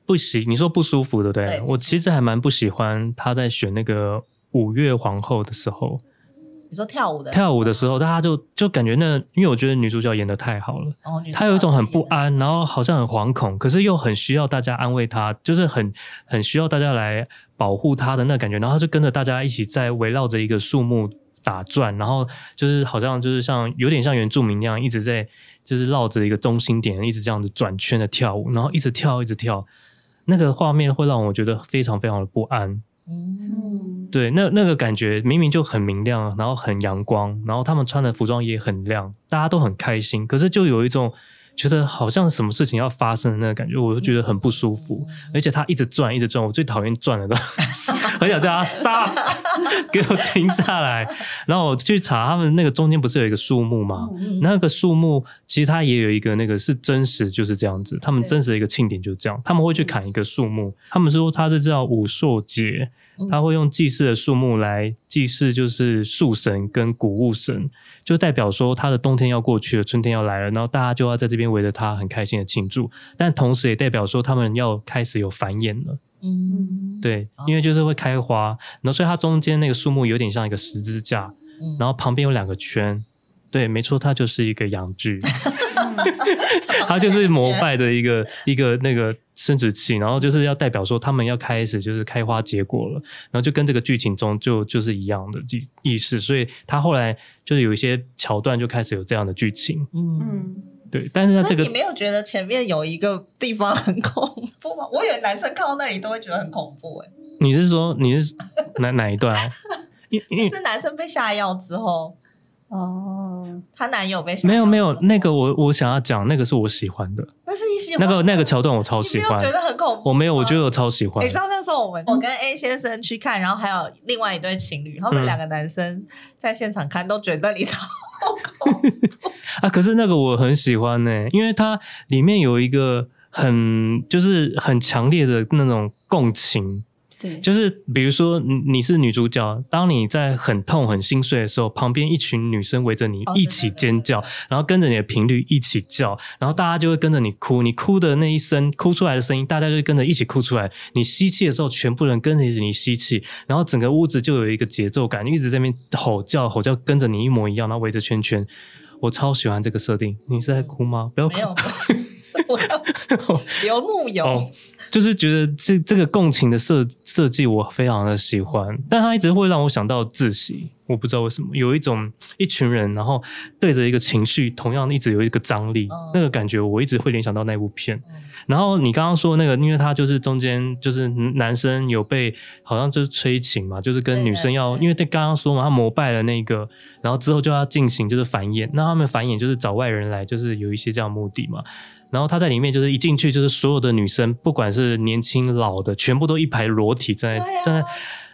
Speaker 2: 不喜，你说不舒服，对不对？
Speaker 1: 对
Speaker 2: 我其实还蛮不喜欢他在选那个五月皇后的时候，
Speaker 1: 你说跳舞的
Speaker 2: 跳舞的时候，大家就就感觉那，因为我觉得女主角演的太好了，
Speaker 1: 哦，你说
Speaker 2: 她有一种很不安，然后好像很惶恐，可是又很需要大家安慰她，就是很很需要大家来保护她的那感觉，然后她就跟着大家一起在围绕着一个树木打转，然后就是好像就是像有点像原住民那样，一直在就是绕着一个中心点一直这样子转圈的跳舞，然后一直跳一直跳，那个画面会让我觉得非常非常的不安。
Speaker 1: 嗯，
Speaker 2: 对，那那个感觉明明就很明亮，啊然后很阳光，然后他们穿的服装也很亮，大家都很开心，可是就有一种觉得好像什么事情要发生的那个感觉，我就觉得很不舒服。而且它一直转，一直转，我最讨厌转的东西， <laughs> 很想叫它 stop，给我停下来。然后我去查他们那个中间不是有一个树木吗？
Speaker 1: 嗯
Speaker 2: 那个树木其实它也有一个那个是真实就是这样子，他们
Speaker 3: 对
Speaker 2: 真实的一个庆典就是这样，他们会
Speaker 1: 嗯
Speaker 2: 去砍一个树木，他们说它是叫武硕节
Speaker 1: 嗯，
Speaker 2: 他会用祭祀的树木来祭祀，就是树神跟谷物神，就代表说它的冬天要过去了，春天要来了，然后大家就要在这边围着它很开心的庆祝，但同时也代表说他们要开始有繁衍了，
Speaker 1: 嗯，
Speaker 2: 对
Speaker 1: 哦，
Speaker 2: 因为就是会开花，然后所以它中间那个树木有点像一个十字架，
Speaker 1: 嗯，
Speaker 2: 然后旁边有两个圈，对，没错，它就是一个阳具，
Speaker 3: 嗯
Speaker 1: <laughs>
Speaker 2: 它就是膜拜的一个一个那个生殖器，然后就是要代表说他们要开始就是开花结果了，然后就跟这个剧情中就就是一样的意意思，所以他后来就是有一些桥段就开始有这样的剧情，
Speaker 1: 嗯。
Speaker 3: 嗯，
Speaker 2: 对，但是他
Speaker 1: 那
Speaker 2: 这
Speaker 1: 你
Speaker 2: 个
Speaker 1: 没有觉得前面有一个地方很恐怖吗？我以为男生看到那里都会觉得很恐怖、欸，
Speaker 2: 你是说你
Speaker 1: <laughs>
Speaker 2: 是哪哪一段、啊？因因
Speaker 1: 哎，
Speaker 2: 为
Speaker 1: 就是男生被下药之后，
Speaker 3: 哦，
Speaker 1: 她男友被下
Speaker 2: 没有
Speaker 1: 药
Speaker 2: 没有
Speaker 1: 之后
Speaker 2: 那个我我想要讲那个是我喜欢的
Speaker 1: 那是你喜
Speaker 2: 那
Speaker 1: 欢
Speaker 2: 个那个
Speaker 1: 的
Speaker 2: 桥段我超
Speaker 1: 你
Speaker 2: 喜
Speaker 1: 没有
Speaker 2: 欢，
Speaker 1: 觉得很恐怖吗？
Speaker 2: 我没有我觉得我超喜欢
Speaker 1: 你知，道那时候我们，我跟 A 先生去看，然后还有另外一对情侣，他们
Speaker 2: 嗯
Speaker 1: 两个男生在现场看，都觉得你超
Speaker 2: 啊，可是那个我很喜欢呢、因为它里面有一个很就是很强烈的那种共情，
Speaker 3: 对，
Speaker 2: 就是比如说你你是女主角，当你在很痛很心碎的时候，旁边一群女生围着你
Speaker 1: 哦
Speaker 2: 一起尖叫，，然后跟着你的频率一起叫，然后大家就会跟着你哭，你哭的那一声，哭出来的声音，大家就会跟着一起哭出来。你吸气的时候，全部人跟着你吸气，然后整个屋子就有一个节奏感，一直在那边吼叫吼叫，跟着你一模一样，然后围着圈圈。我超喜欢这个设定，你是在哭吗？不要
Speaker 1: 对
Speaker 2: 哭
Speaker 1: 对对没，
Speaker 2: <laughs>
Speaker 1: 有，我游牧
Speaker 2: 哦
Speaker 1: 游，
Speaker 2: 就是觉得这这个共情的设设计我非常的喜欢，但它一直会让我想到窒息，我不知道为什么，有一种一群人然后对着一个情绪，同样一直有一个张力，
Speaker 1: 嗯
Speaker 2: 那个感觉我一直会联想到那部片。然后你刚刚说那个，因为他就是中间就是男生有被好像就是催情嘛，就是跟
Speaker 1: 对
Speaker 2: 女生要，
Speaker 1: 对对
Speaker 2: 因为他刚刚说嘛，他膜拜了那个，然后之后就要进行就是繁衍，那他们繁衍就是找外人来，就是有一些这样的目的嘛。然后他在里面就是一进去，就是所有的女生，不管是年轻老的，全部都一排裸体站在、
Speaker 1: 对啊
Speaker 2: 站在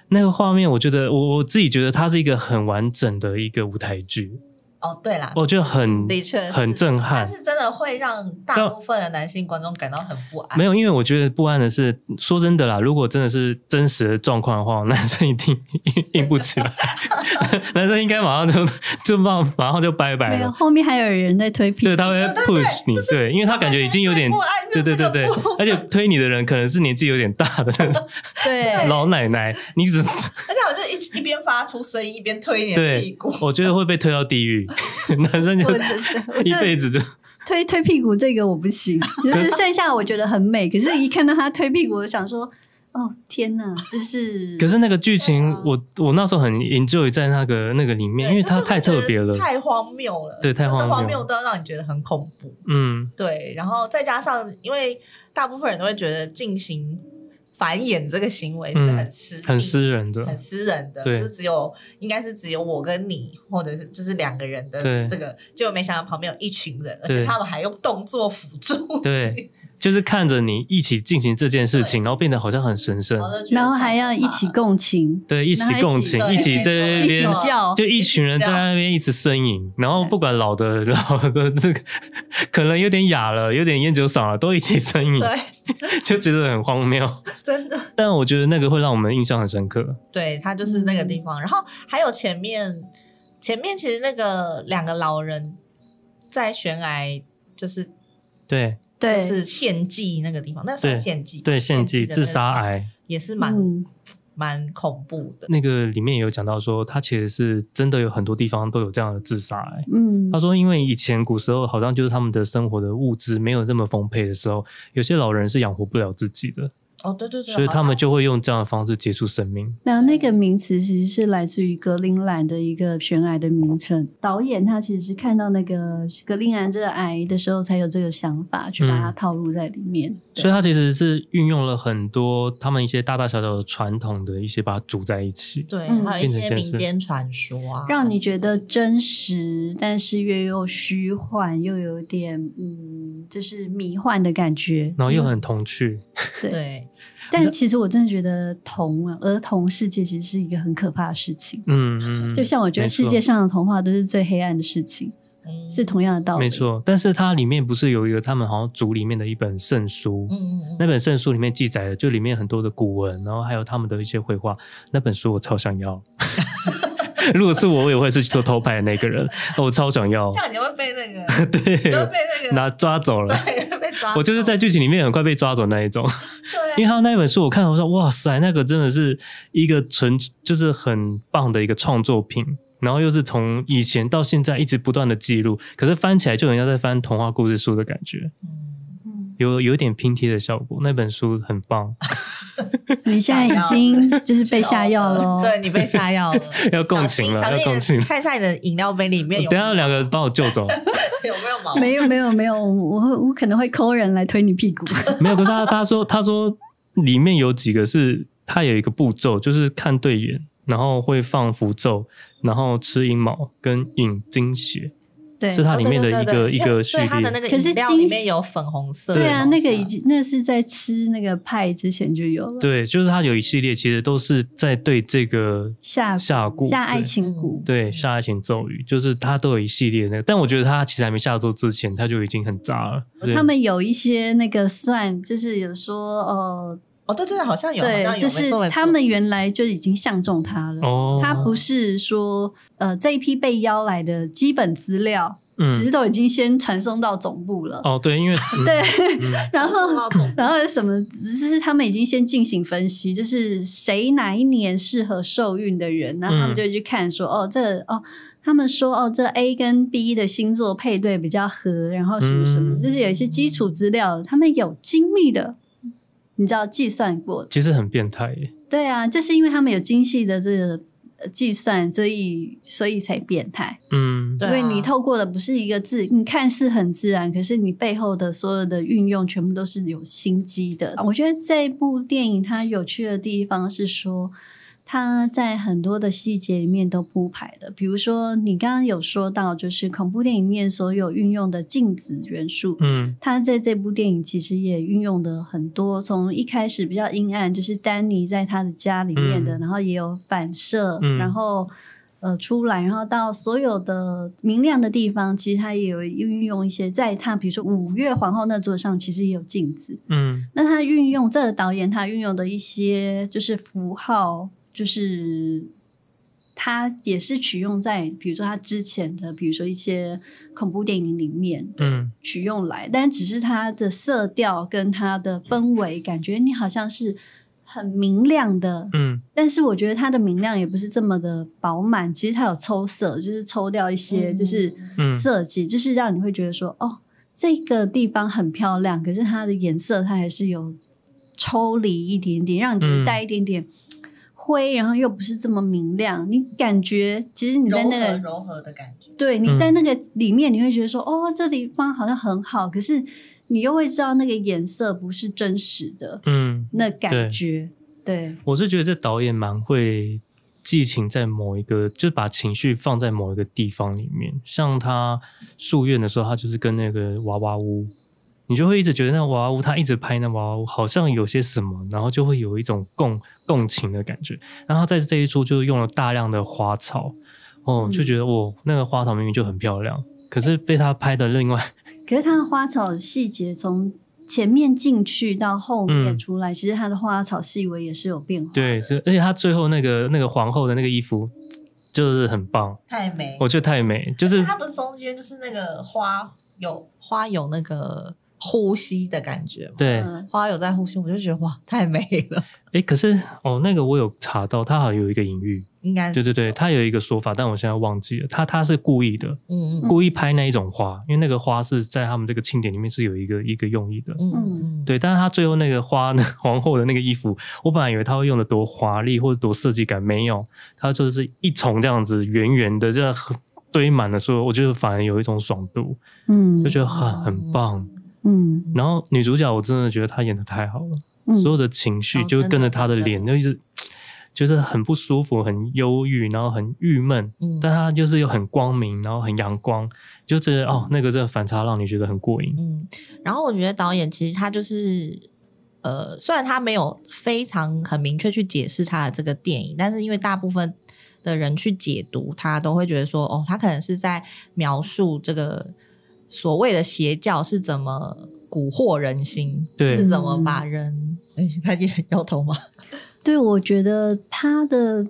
Speaker 2: 那个画面，我觉得我我自己觉得它是一个很完整的一个舞台剧，
Speaker 1: 哦，对啦，
Speaker 2: 我觉得很
Speaker 1: 的确是
Speaker 2: 很震撼
Speaker 1: 嗯但。是真的会让大部分的男性观众感到很不安。
Speaker 2: 没有，因为我觉得不安的是，说真的啦，如果真的是真实的状况的话， <laughs> 男生一定硬不起来， <laughs> 男生应该马上就就马马上就拜拜
Speaker 3: 没有，
Speaker 2: 了。
Speaker 3: 后面还有人在推
Speaker 2: 对，
Speaker 3: 评，
Speaker 2: 他会
Speaker 1: 对对对
Speaker 2: push 你，
Speaker 1: 就是
Speaker 2: 对，因为他感觉已经有
Speaker 1: 最
Speaker 2: 点
Speaker 1: 不，安就是
Speaker 2: 对对对
Speaker 1: 这个
Speaker 2: 对
Speaker 1: 部分，
Speaker 2: 而且推你的人可能是年纪有点大的那种
Speaker 3: 对，
Speaker 2: 老奶奶，你只
Speaker 1: <laughs> 而且我就一一边发出声音，一边推你的屁
Speaker 2: 对
Speaker 1: 股。，
Speaker 2: 我觉得会被推到地狱， <laughs> 男生就
Speaker 3: 我这
Speaker 2: <laughs>
Speaker 3: 我
Speaker 2: 一
Speaker 3: 这
Speaker 2: 辈
Speaker 1: <laughs>
Speaker 2: 子就
Speaker 3: 推推屁股这个我不行，就是剩下我觉得很美，可是一看到他推屁股，我就想说，哦天哪，就是
Speaker 2: 可是那个剧情，
Speaker 1: 对啊
Speaker 2: 我我那时候很 enjoy 在那个那个里面，
Speaker 1: 对
Speaker 2: 因为
Speaker 1: 就是
Speaker 2: 它
Speaker 1: 我
Speaker 2: 太
Speaker 1: 觉得
Speaker 2: 特别了。
Speaker 1: 太荒谬了，
Speaker 2: 对太
Speaker 1: 就是
Speaker 2: 荒
Speaker 1: 荒
Speaker 2: 谬
Speaker 1: 谬到让你觉得很恐怖。
Speaker 2: 嗯，
Speaker 1: 对，然后再加上，因为大部分人都会觉得进行繁衍这个行为是
Speaker 2: 嗯
Speaker 1: 很私、
Speaker 2: 很、私人的，
Speaker 1: 很私人的，
Speaker 2: 对
Speaker 1: 就是只有应该是只有我跟你，或者是就是两个人的
Speaker 2: 对
Speaker 1: 这个，结果没想到旁边有一群人，而
Speaker 2: 对
Speaker 1: 且他们还用动作辅助，
Speaker 2: 对， <laughs> 就是看着你一起进行这件事情，然后变得好像很神圣
Speaker 1: 然，后就觉得
Speaker 3: 然后还
Speaker 1: 太
Speaker 3: 要
Speaker 1: 可
Speaker 3: 一
Speaker 1: 怕
Speaker 3: 起
Speaker 1: 了
Speaker 3: 共情，
Speaker 2: 对，一起共情，
Speaker 1: 然后
Speaker 2: 一
Speaker 1: 一
Speaker 2: 起
Speaker 1: 起
Speaker 2: 在那
Speaker 1: 对
Speaker 3: 一起
Speaker 2: 边
Speaker 1: 没。错
Speaker 3: 叫，
Speaker 2: 就一群人
Speaker 1: 一
Speaker 2: 在
Speaker 1: 起叫
Speaker 2: 那边一直呻吟，然后不管老的 <laughs> 老的这个可能有点哑了，有点烟酒嗓了，都一起呻吟，
Speaker 1: 对，
Speaker 2: <laughs> 就觉得很荒
Speaker 1: <laughs>
Speaker 2: 谬。
Speaker 1: 真的，
Speaker 2: 但我觉得那个会让我们印象很深刻。
Speaker 1: 对他就是那个
Speaker 3: 嗯
Speaker 1: 地方。然后还有前面，前面其实那个两个老人在悬崖，就是
Speaker 2: 对，
Speaker 3: 对
Speaker 1: 就是献祭那个地方，那算
Speaker 2: 对
Speaker 1: 献祭，
Speaker 2: 对，献祭
Speaker 1: 的那个
Speaker 2: 自杀
Speaker 1: 地方
Speaker 2: 癌
Speaker 1: 也是蛮、
Speaker 3: 嗯
Speaker 1: 蛮恐怖的。
Speaker 2: 那个里面也有讲到说，他其实是真的有很多地方都有这样的自杀癌。
Speaker 3: 嗯
Speaker 2: 他说，因为以前古时候好像就是他们的生活的物资没有这么丰沛的时候，有些老人是养活不了自己的，
Speaker 1: 哦，对对对，
Speaker 2: 所以
Speaker 1: 好
Speaker 2: 他们
Speaker 1: 像
Speaker 2: 就会用这样的方式结束生命。
Speaker 3: 那那个名词其实是来自于格陵兰的一个悬崖的名称。导演他其实是看到那个格陵兰这个癌的时候，才有这个想法去把它
Speaker 2: 嗯
Speaker 3: 套入在里面。对
Speaker 2: 所以它其实是运用了很多他们一些大大小小的传统的一些，把它组在一起。
Speaker 1: 对，
Speaker 3: 嗯
Speaker 1: 还有一
Speaker 2: 变
Speaker 1: 些
Speaker 2: 成
Speaker 1: 民
Speaker 2: 电视
Speaker 1: 间传说啊，
Speaker 3: 让你觉得真实，但是又又虚幻，又有点嗯，就是迷幻的感觉。
Speaker 2: 然后又很童趣，
Speaker 3: 对
Speaker 1: 对，
Speaker 3: 但其实我真的觉得童啊，儿童世界其实是一个很可怕的事情。
Speaker 2: 嗯嗯，嗯
Speaker 3: 就像我觉得
Speaker 2: 没错
Speaker 3: 世界上的童话都是最黑暗的事情，
Speaker 1: 嗯
Speaker 3: 是同样的道理。
Speaker 2: 没，错，但是它里面不是有一个他们好像组里面的一本圣书，
Speaker 1: 嗯嗯
Speaker 2: 那
Speaker 1: 嗯，
Speaker 2: 本圣书里面记载了，就里面很多的古文，然后还有他们的一些绘画。那本书我超想要， <laughs> 如果是我，我也会是去做偷拍的那个人，我超想要
Speaker 1: 这，样你会被那个，你
Speaker 2: <laughs> 对，
Speaker 1: 会被那个
Speaker 2: 拿抓走了。
Speaker 1: 对被抓走，
Speaker 2: 我就是在剧情里面很快被抓走那一种，
Speaker 1: 对啊
Speaker 2: 因为他那本书我看了，我说哇塞，那个真的是一个纯就是很棒的一个创作品，然后又是从以前到现在一直不断的记录，可是翻起来就很像在翻童话故事书的感觉，
Speaker 1: 嗯
Speaker 3: 嗯，
Speaker 2: 有有一点拼贴的效果。那本书很棒，
Speaker 3: 你现在已经
Speaker 1: <laughs>
Speaker 3: 就是被下药喽。
Speaker 1: 对你被下药了，
Speaker 2: 要 <laughs> 共情了，
Speaker 1: 小
Speaker 2: 要
Speaker 1: 心
Speaker 2: 共
Speaker 1: 小心
Speaker 2: 情。
Speaker 1: 看一下你的饮料杯里面有
Speaker 2: 等一下两个把我救
Speaker 1: <laughs>
Speaker 2: 走，
Speaker 1: 有没有毛？
Speaker 3: <laughs> 没有没有没有，我我我可能会抠人来推你
Speaker 2: <laughs>
Speaker 3: 屁股。
Speaker 2: 没有。可是他他说他说里面有几个是他有一个步骤，就是看对眼，然后会放符咒，然后吃阴毛跟饮精血，
Speaker 3: 对，
Speaker 2: 是它里面的
Speaker 1: 哦对
Speaker 2: 一个
Speaker 1: 对对对
Speaker 2: 一个序
Speaker 1: 所以它的那
Speaker 2: 列。
Speaker 1: 个
Speaker 3: 可是
Speaker 1: 饮料
Speaker 3: 金
Speaker 1: 里面有粉红色的东
Speaker 3: 对
Speaker 1: 西，
Speaker 3: 啊，那个已经那是在吃那个派之前就有了。
Speaker 2: 对，就是它有一系列，其实都是在对这个
Speaker 3: 下
Speaker 2: 下蛊
Speaker 3: 下爱
Speaker 2: 对
Speaker 3: 情蛊，
Speaker 2: 对下爱情咒语，就是它都有一系列那个。但我觉得它其实还没下咒之前，它就已经很渣了。对
Speaker 3: 他们有一些那个算，就是有说呃，
Speaker 1: 哦，对对，对好像有，好像
Speaker 3: 对，
Speaker 1: 有
Speaker 3: 就是
Speaker 1: 没错没错
Speaker 3: 他们原来就已经相中他了。
Speaker 2: 哦，
Speaker 3: 他不是说呃这一批被邀来的基本资料，其
Speaker 2: 嗯
Speaker 3: 实都已经先传送到总部了。
Speaker 2: 哦对，因为嗯
Speaker 3: <laughs> 对，
Speaker 2: 嗯
Speaker 3: 然后
Speaker 1: 不知道怎么
Speaker 3: 然后什么，只是他们已经先进行分析，就是谁哪一年适合受孕的人，然后他们就会去看说，哦，这个哦，他们说哦，这 A 跟 B 的星座配对比较合，然后什么什么，
Speaker 2: 嗯
Speaker 3: 就是有一些基础资料，他们有精密的，你知道计算过的，
Speaker 2: 其实很变态耶。
Speaker 3: 对啊，就是因为他们有精细的这个呃计算，所以所以才变态。
Speaker 2: 嗯，
Speaker 1: 对啊
Speaker 3: 因为你透过的不是一个字，你看似很自然，可是你背后的所有的运用全部都是有心机的。我觉得这部电影它有趣的地方是说，它在很多的细节里面都铺排了。比如说，你刚刚有说到，就是恐怖电影里面所有运用的镜子元素，
Speaker 2: 嗯
Speaker 3: 他在这部电影其实也运用的很多，从一开始比较阴暗，就是丹尼在他的家里面的，
Speaker 2: 嗯
Speaker 3: 然后也有反射，
Speaker 2: 嗯
Speaker 3: 然后呃出来，然后到所有的明亮的地方，其实他也有运用一些，在他比如说五月皇后那座上，其实也有镜子。
Speaker 2: 嗯
Speaker 3: 那他运用这个导演他运用的一些就是符号，就是他也是取用在比如说他之前的，比如说一些恐怖电影里面，
Speaker 2: 嗯
Speaker 3: 取用来，但只是它的色调跟它的氛围，感觉你好像是很明亮的，
Speaker 2: 嗯
Speaker 3: 但是我觉得它的明亮也不是这么的饱满。其实它有抽色，就是抽掉一些，
Speaker 1: 嗯
Speaker 3: 就是
Speaker 2: 嗯
Speaker 3: 色剂，就是让你会觉得说，哦，这个地方很漂亮，可是它的颜色它还是有抽离一点点，让你觉得
Speaker 2: 嗯
Speaker 3: 带一点点。灰，然后又不是这么明亮，你感觉其实你在
Speaker 1: 柔
Speaker 3: 那个
Speaker 1: 和柔和的感觉，
Speaker 3: 对，你
Speaker 2: 嗯
Speaker 3: 在那个里面，你会觉得说，哦，这地方好像很好，可是你又会知道那个颜色不是真实的
Speaker 2: 嗯，
Speaker 3: 那感觉，对，
Speaker 2: 我是觉得这导演蛮会寄情在某一个，就是把情绪放在某一个地方里面。像他夙愿的时候，他就是跟那个娃娃屋，你就会一直觉得那娃娃屋，他一直拍那娃娃屋，好像有些什么，然后就会有一种共共情的感觉。然后他在这一出就用了大量的花草，哦，
Speaker 3: 嗯
Speaker 2: 就觉得我、那个花草明明就很漂亮，可是被他拍的另外， <laughs>
Speaker 3: 可是它的花草细节从前面进去到后面
Speaker 2: 嗯
Speaker 3: 出来，其实它的花草细微也是有变化。
Speaker 2: 对，是而且他最后那个那个皇后的那个衣服就是很棒。
Speaker 1: 太美。
Speaker 2: 哦
Speaker 1: 哎
Speaker 2: 我觉得太美，就是
Speaker 1: 它不是中间就是那个花有花有那个呼吸的感觉嘛。
Speaker 2: 对，哎、
Speaker 3: 嗯
Speaker 1: 花有在呼吸，我就觉得哇，太美了，
Speaker 2: 可是哦，那个我有查到，它好像有一个隐喻，
Speaker 1: 应该
Speaker 2: 对
Speaker 1: 是
Speaker 2: 对对，它有一个说法，但我现在忘记了，它它是故意的，
Speaker 1: 嗯嗯
Speaker 2: 故意拍那一种花，因为那个花是在他们这个庆典里面是有一个一个用意的。
Speaker 1: 嗯嗯，
Speaker 2: 对，但是他最后那个花呢， <laughs> 皇后的那个衣服，我本来以为他会用的多华丽或者多设计感，没有，他就是一重这样子圆圆的，这样堆满了所有，我觉得反而有一种爽度，
Speaker 3: 嗯，
Speaker 2: 就觉得
Speaker 1: 嗯，
Speaker 2: 很很棒。
Speaker 3: 嗯
Speaker 2: 然后女主角我真的觉得她演的太好了，
Speaker 3: 嗯，
Speaker 2: 所有的情绪
Speaker 1: 哦真
Speaker 2: 就
Speaker 1: 的
Speaker 2: 跟着她的
Speaker 1: 真的
Speaker 2: 脸，就一直觉得很不舒服、很忧郁，然后很郁闷，
Speaker 1: 嗯，
Speaker 2: 但她就是又很光明，然后很阳光，就觉得哦，那个这个反差让你觉得很过瘾。
Speaker 1: 嗯，然后我觉得导演其实他就是，呃，虽然他没有非常很明确去解释他的这个电影，但是因为大部分的人去解读他，都会觉得说，哦，他可能是在描述这个所谓的邪教是怎么蛊惑人心，
Speaker 2: 对
Speaker 1: 是怎么把人，哎、他也摇头嘛，
Speaker 3: 对，我觉得他的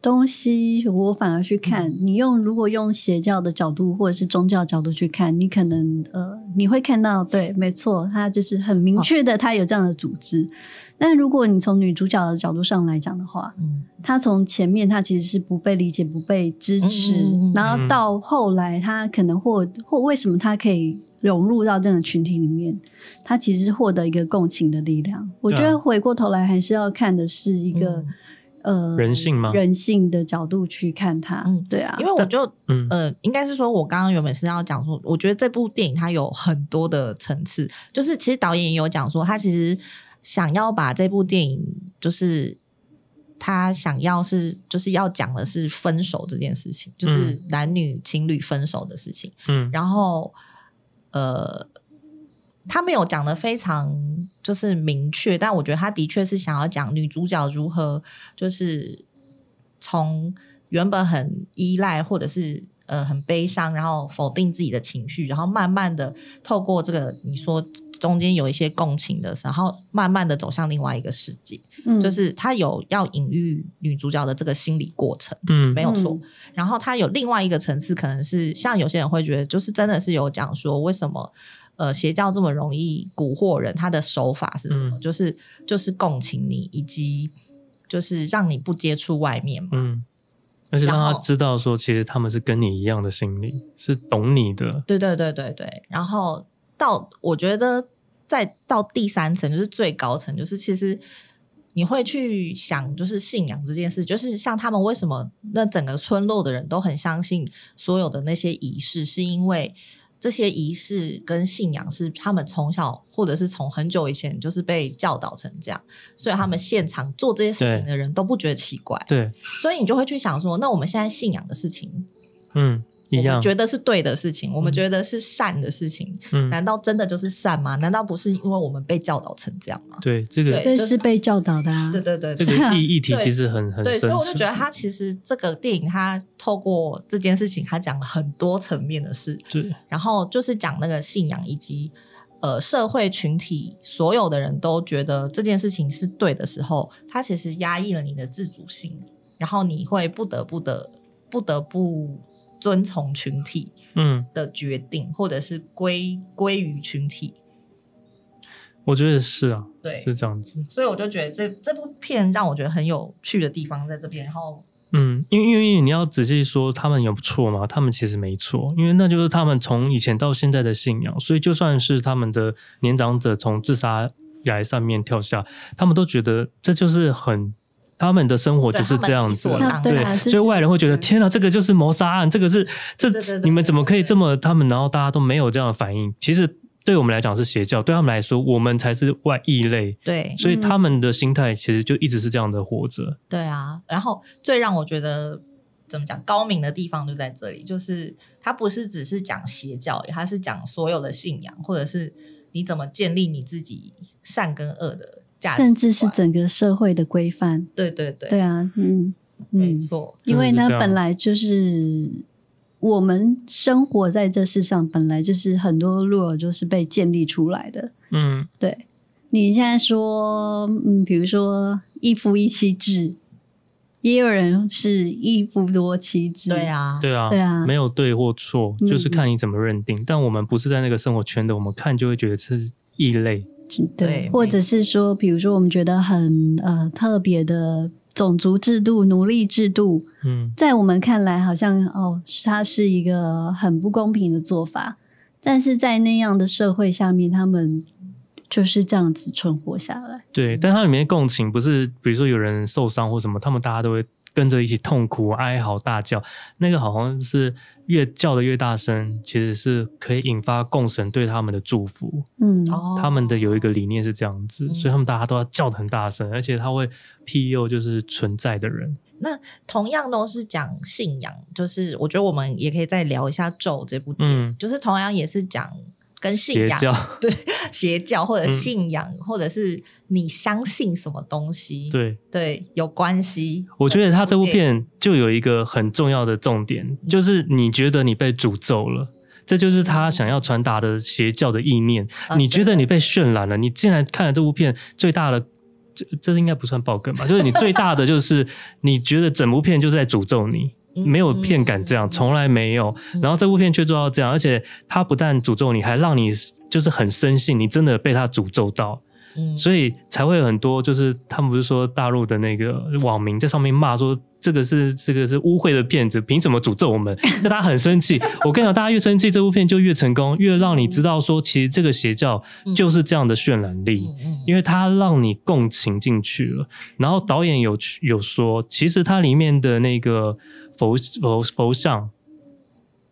Speaker 3: 东西，我反而去看。你用如果用邪教的角度或者是宗教角度去看，你可能呃，你会看到，对，没错，他就是很明确的，他有这样的组织。但如果你从女主角的角度上来讲的话，
Speaker 1: 嗯
Speaker 3: 她从前面她其实是不被理解、不被支持，
Speaker 1: 嗯嗯嗯
Speaker 3: 然后到后来她可能获或为什么她可以融入到这个群体里面，她其实是获得一个共情的力量。我觉
Speaker 2: 对啊
Speaker 3: 得回过头来还是要看的是一个、呃
Speaker 2: 人性吗
Speaker 3: 人性的角度去看它，
Speaker 1: 嗯
Speaker 3: 对啊，
Speaker 1: 因为我就
Speaker 2: 嗯，
Speaker 1: 呃，应该是说，我刚刚原本是要讲说，我觉得这部电影它有很多的层次，就是其实导演也有讲说，他其实想要把这部电影，就是他想要是就是要讲的是分手这件事情，就是
Speaker 2: 嗯
Speaker 1: 男女情侣分手的事情。
Speaker 2: 嗯，
Speaker 1: 然后呃，他没有讲的非常就是明确，但我觉得他的确是想要讲女主角如何就是从原本很依赖或者是。呃，很悲伤，然后否定自己的情绪，然后慢慢的透过这个你说中间有一些共情的时候，然后慢慢的走向另外一个世界，
Speaker 3: 嗯
Speaker 1: 就是他有要隐喻女主角的这个心理过程。
Speaker 2: 嗯
Speaker 1: 没有错
Speaker 3: 嗯。
Speaker 1: 然后它有另外一个层次，可能是像有些人会觉得，就是真的是有讲说为什么。呃，邪教这么容易蛊惑人，他的手法是什么？
Speaker 2: 嗯
Speaker 1: 就是就是共情你，以及就是让你不接触外面嘛。
Speaker 2: 嗯，而且让
Speaker 1: 然
Speaker 2: 他
Speaker 1: 后
Speaker 2: 知道说，其实他们是跟你一样的心理，是懂你的。
Speaker 1: 对对对对对。然后到我觉得再到第三层，就是最高层，就是其实你会去想，就是信仰这件事，就是像他们为什么那整个村落的人都很相信所有的那些仪式，是因为。这些仪式跟信仰是他们从小或者是从很久以前就是被教导成这样，所以他们现场做这些事情的人都不觉得奇怪，
Speaker 2: 对，
Speaker 1: 所以你就会去想说，那我们现在信仰的事情，
Speaker 2: 嗯，一
Speaker 1: 我
Speaker 2: 样
Speaker 1: 们。觉得是对的事情，我们
Speaker 2: 嗯
Speaker 1: 觉得是善的事情，
Speaker 2: 嗯，
Speaker 1: 难道真的就是善吗？难道不是因为我们被教导成这样吗？
Speaker 2: 对，这个
Speaker 1: 对
Speaker 3: 对
Speaker 1: 就是
Speaker 3: 是被教导的、啊，
Speaker 1: 对对对
Speaker 2: 嗯这
Speaker 1: 对
Speaker 2: 个议议题其实很很
Speaker 1: 对，
Speaker 2: 深
Speaker 1: 所以我就
Speaker 2: 层
Speaker 1: 觉得他其实这个电影，他透过这件事情，他讲了很多层面的事，
Speaker 2: 对，
Speaker 1: 然后就是讲那个信仰以及呃社会群体所有的人都觉得这件事情是对的时候，他其实压抑了你的自主性，然后你会不得不的不得不遵从群体
Speaker 2: 嗯，
Speaker 1: 的决定，或者是归归于群体。
Speaker 2: 我觉得是啊，
Speaker 1: 对
Speaker 2: 是这样子。
Speaker 1: 所以我就觉得这这部片让我觉得很有趣的地方在这边。然后，
Speaker 2: 嗯，因为因为因为你要仔细说，他们有错吗？他们其实没错，因为那就是他们从以前到现在的信仰，所以就算是他们的年长者从自杀崖上面跳下，他们都觉得这就是很。他们的生活就是这样子
Speaker 1: 对
Speaker 2: 啊，
Speaker 1: 他们理所当然嗯
Speaker 2: 对
Speaker 3: 对啊，就是
Speaker 2: 所以外人会觉得天哪，这个就是谋杀案，这个是这
Speaker 1: 对对对对
Speaker 2: 你们怎么可以这么？他们然后大家都没有这样的反应，其实对我们来讲是邪教，对他们来说，我们才是外异类，
Speaker 1: 对
Speaker 2: 所以他们的心态其实就一直是这样的活着。
Speaker 1: 对啊，然后最让我觉得怎么讲高明的地方就在这里，就是它不是只是讲邪教，它是讲所有的信仰，或者是你怎么建立你自己善跟恶的价值观，
Speaker 3: 甚至是整个社会的规范，
Speaker 1: 对对对，
Speaker 3: 对啊，嗯
Speaker 1: 没
Speaker 3: 嗯，
Speaker 1: 错，
Speaker 3: 因为
Speaker 2: 真的是
Speaker 3: 呢
Speaker 2: 这，样
Speaker 3: 本来就是我们生活在这世上，本来就是很多 rule 就是被建立出来的。
Speaker 2: 嗯，
Speaker 3: 对你现在说，嗯，比如说一夫一妻制，也有人是一夫多妻制。
Speaker 1: 对，啊，
Speaker 2: 对啊，
Speaker 3: 对啊
Speaker 2: 没有对或错，
Speaker 3: 嗯
Speaker 2: 就是看你怎么认定。但我们不是在那个生活圈的，我们看就会觉得是异类。
Speaker 1: 对
Speaker 3: 或者是说，比如说我们觉得很呃特别的种族制度、奴隶制度，
Speaker 2: 嗯，
Speaker 3: 在我们看来好像哦，它是一个很不公平的做法，但是在那样的社会下面，他们就是这样子存活下来。
Speaker 2: 对。但它里面共情不是，比如说有人受伤或什么，他们大家都会跟着一起痛苦、哀嚎、大叫。那个好像是越叫的越大声，其实是可以引发共神对他们的祝福。
Speaker 3: 嗯，
Speaker 1: 哦
Speaker 2: 他们的有一个理念是这样子，
Speaker 1: 嗯
Speaker 2: 所以他们大家都要叫的很大声，而且他会庇佑就是存在的人。
Speaker 1: 同样都是讲信仰，就是我觉得我们也可以再聊一下《咒》这部电影，
Speaker 2: 嗯，
Speaker 1: 就是同样也是讲跟信
Speaker 2: 邪
Speaker 1: 仰、
Speaker 2: 教。
Speaker 1: 邪教或者
Speaker 2: 嗯
Speaker 1: 信仰，或者是你相信什么东西，
Speaker 2: 对，
Speaker 1: 对有关系。
Speaker 2: 我觉得他这部
Speaker 1: 对
Speaker 2: 片就有一个很重要的重点，
Speaker 1: 嗯
Speaker 2: 就是你觉得你被诅咒了。这就是他想要传达的邪教的意念。
Speaker 1: 啊
Speaker 2: 你觉得你被渲染了？你竟然看了这部片，最大的这这应该不算爆梗吧？就是你最大的就是 <laughs> 你觉得整部片就是在诅咒你，
Speaker 1: 嗯
Speaker 2: 没有片敢这样，
Speaker 1: 嗯
Speaker 2: 从来没有。然后这部片却做到这样，而且他不但诅咒你，还让你就是很深信你真的被他诅咒到。
Speaker 1: 嗯
Speaker 2: 所以才会有很多，就是他们不是说大陆的那个网民在上面骂说这个是这个是污秽的骗子，凭什么诅咒我们？但大家很生气。我跟你讲，大家越生气，这部片就越成功，越让你知道说，其实这个邪教就是这样的渲染力。
Speaker 1: 嗯嗯
Speaker 2: 因为它让你共情进去了，然后导演有去有说，其实它里面的那个佛佛佛像，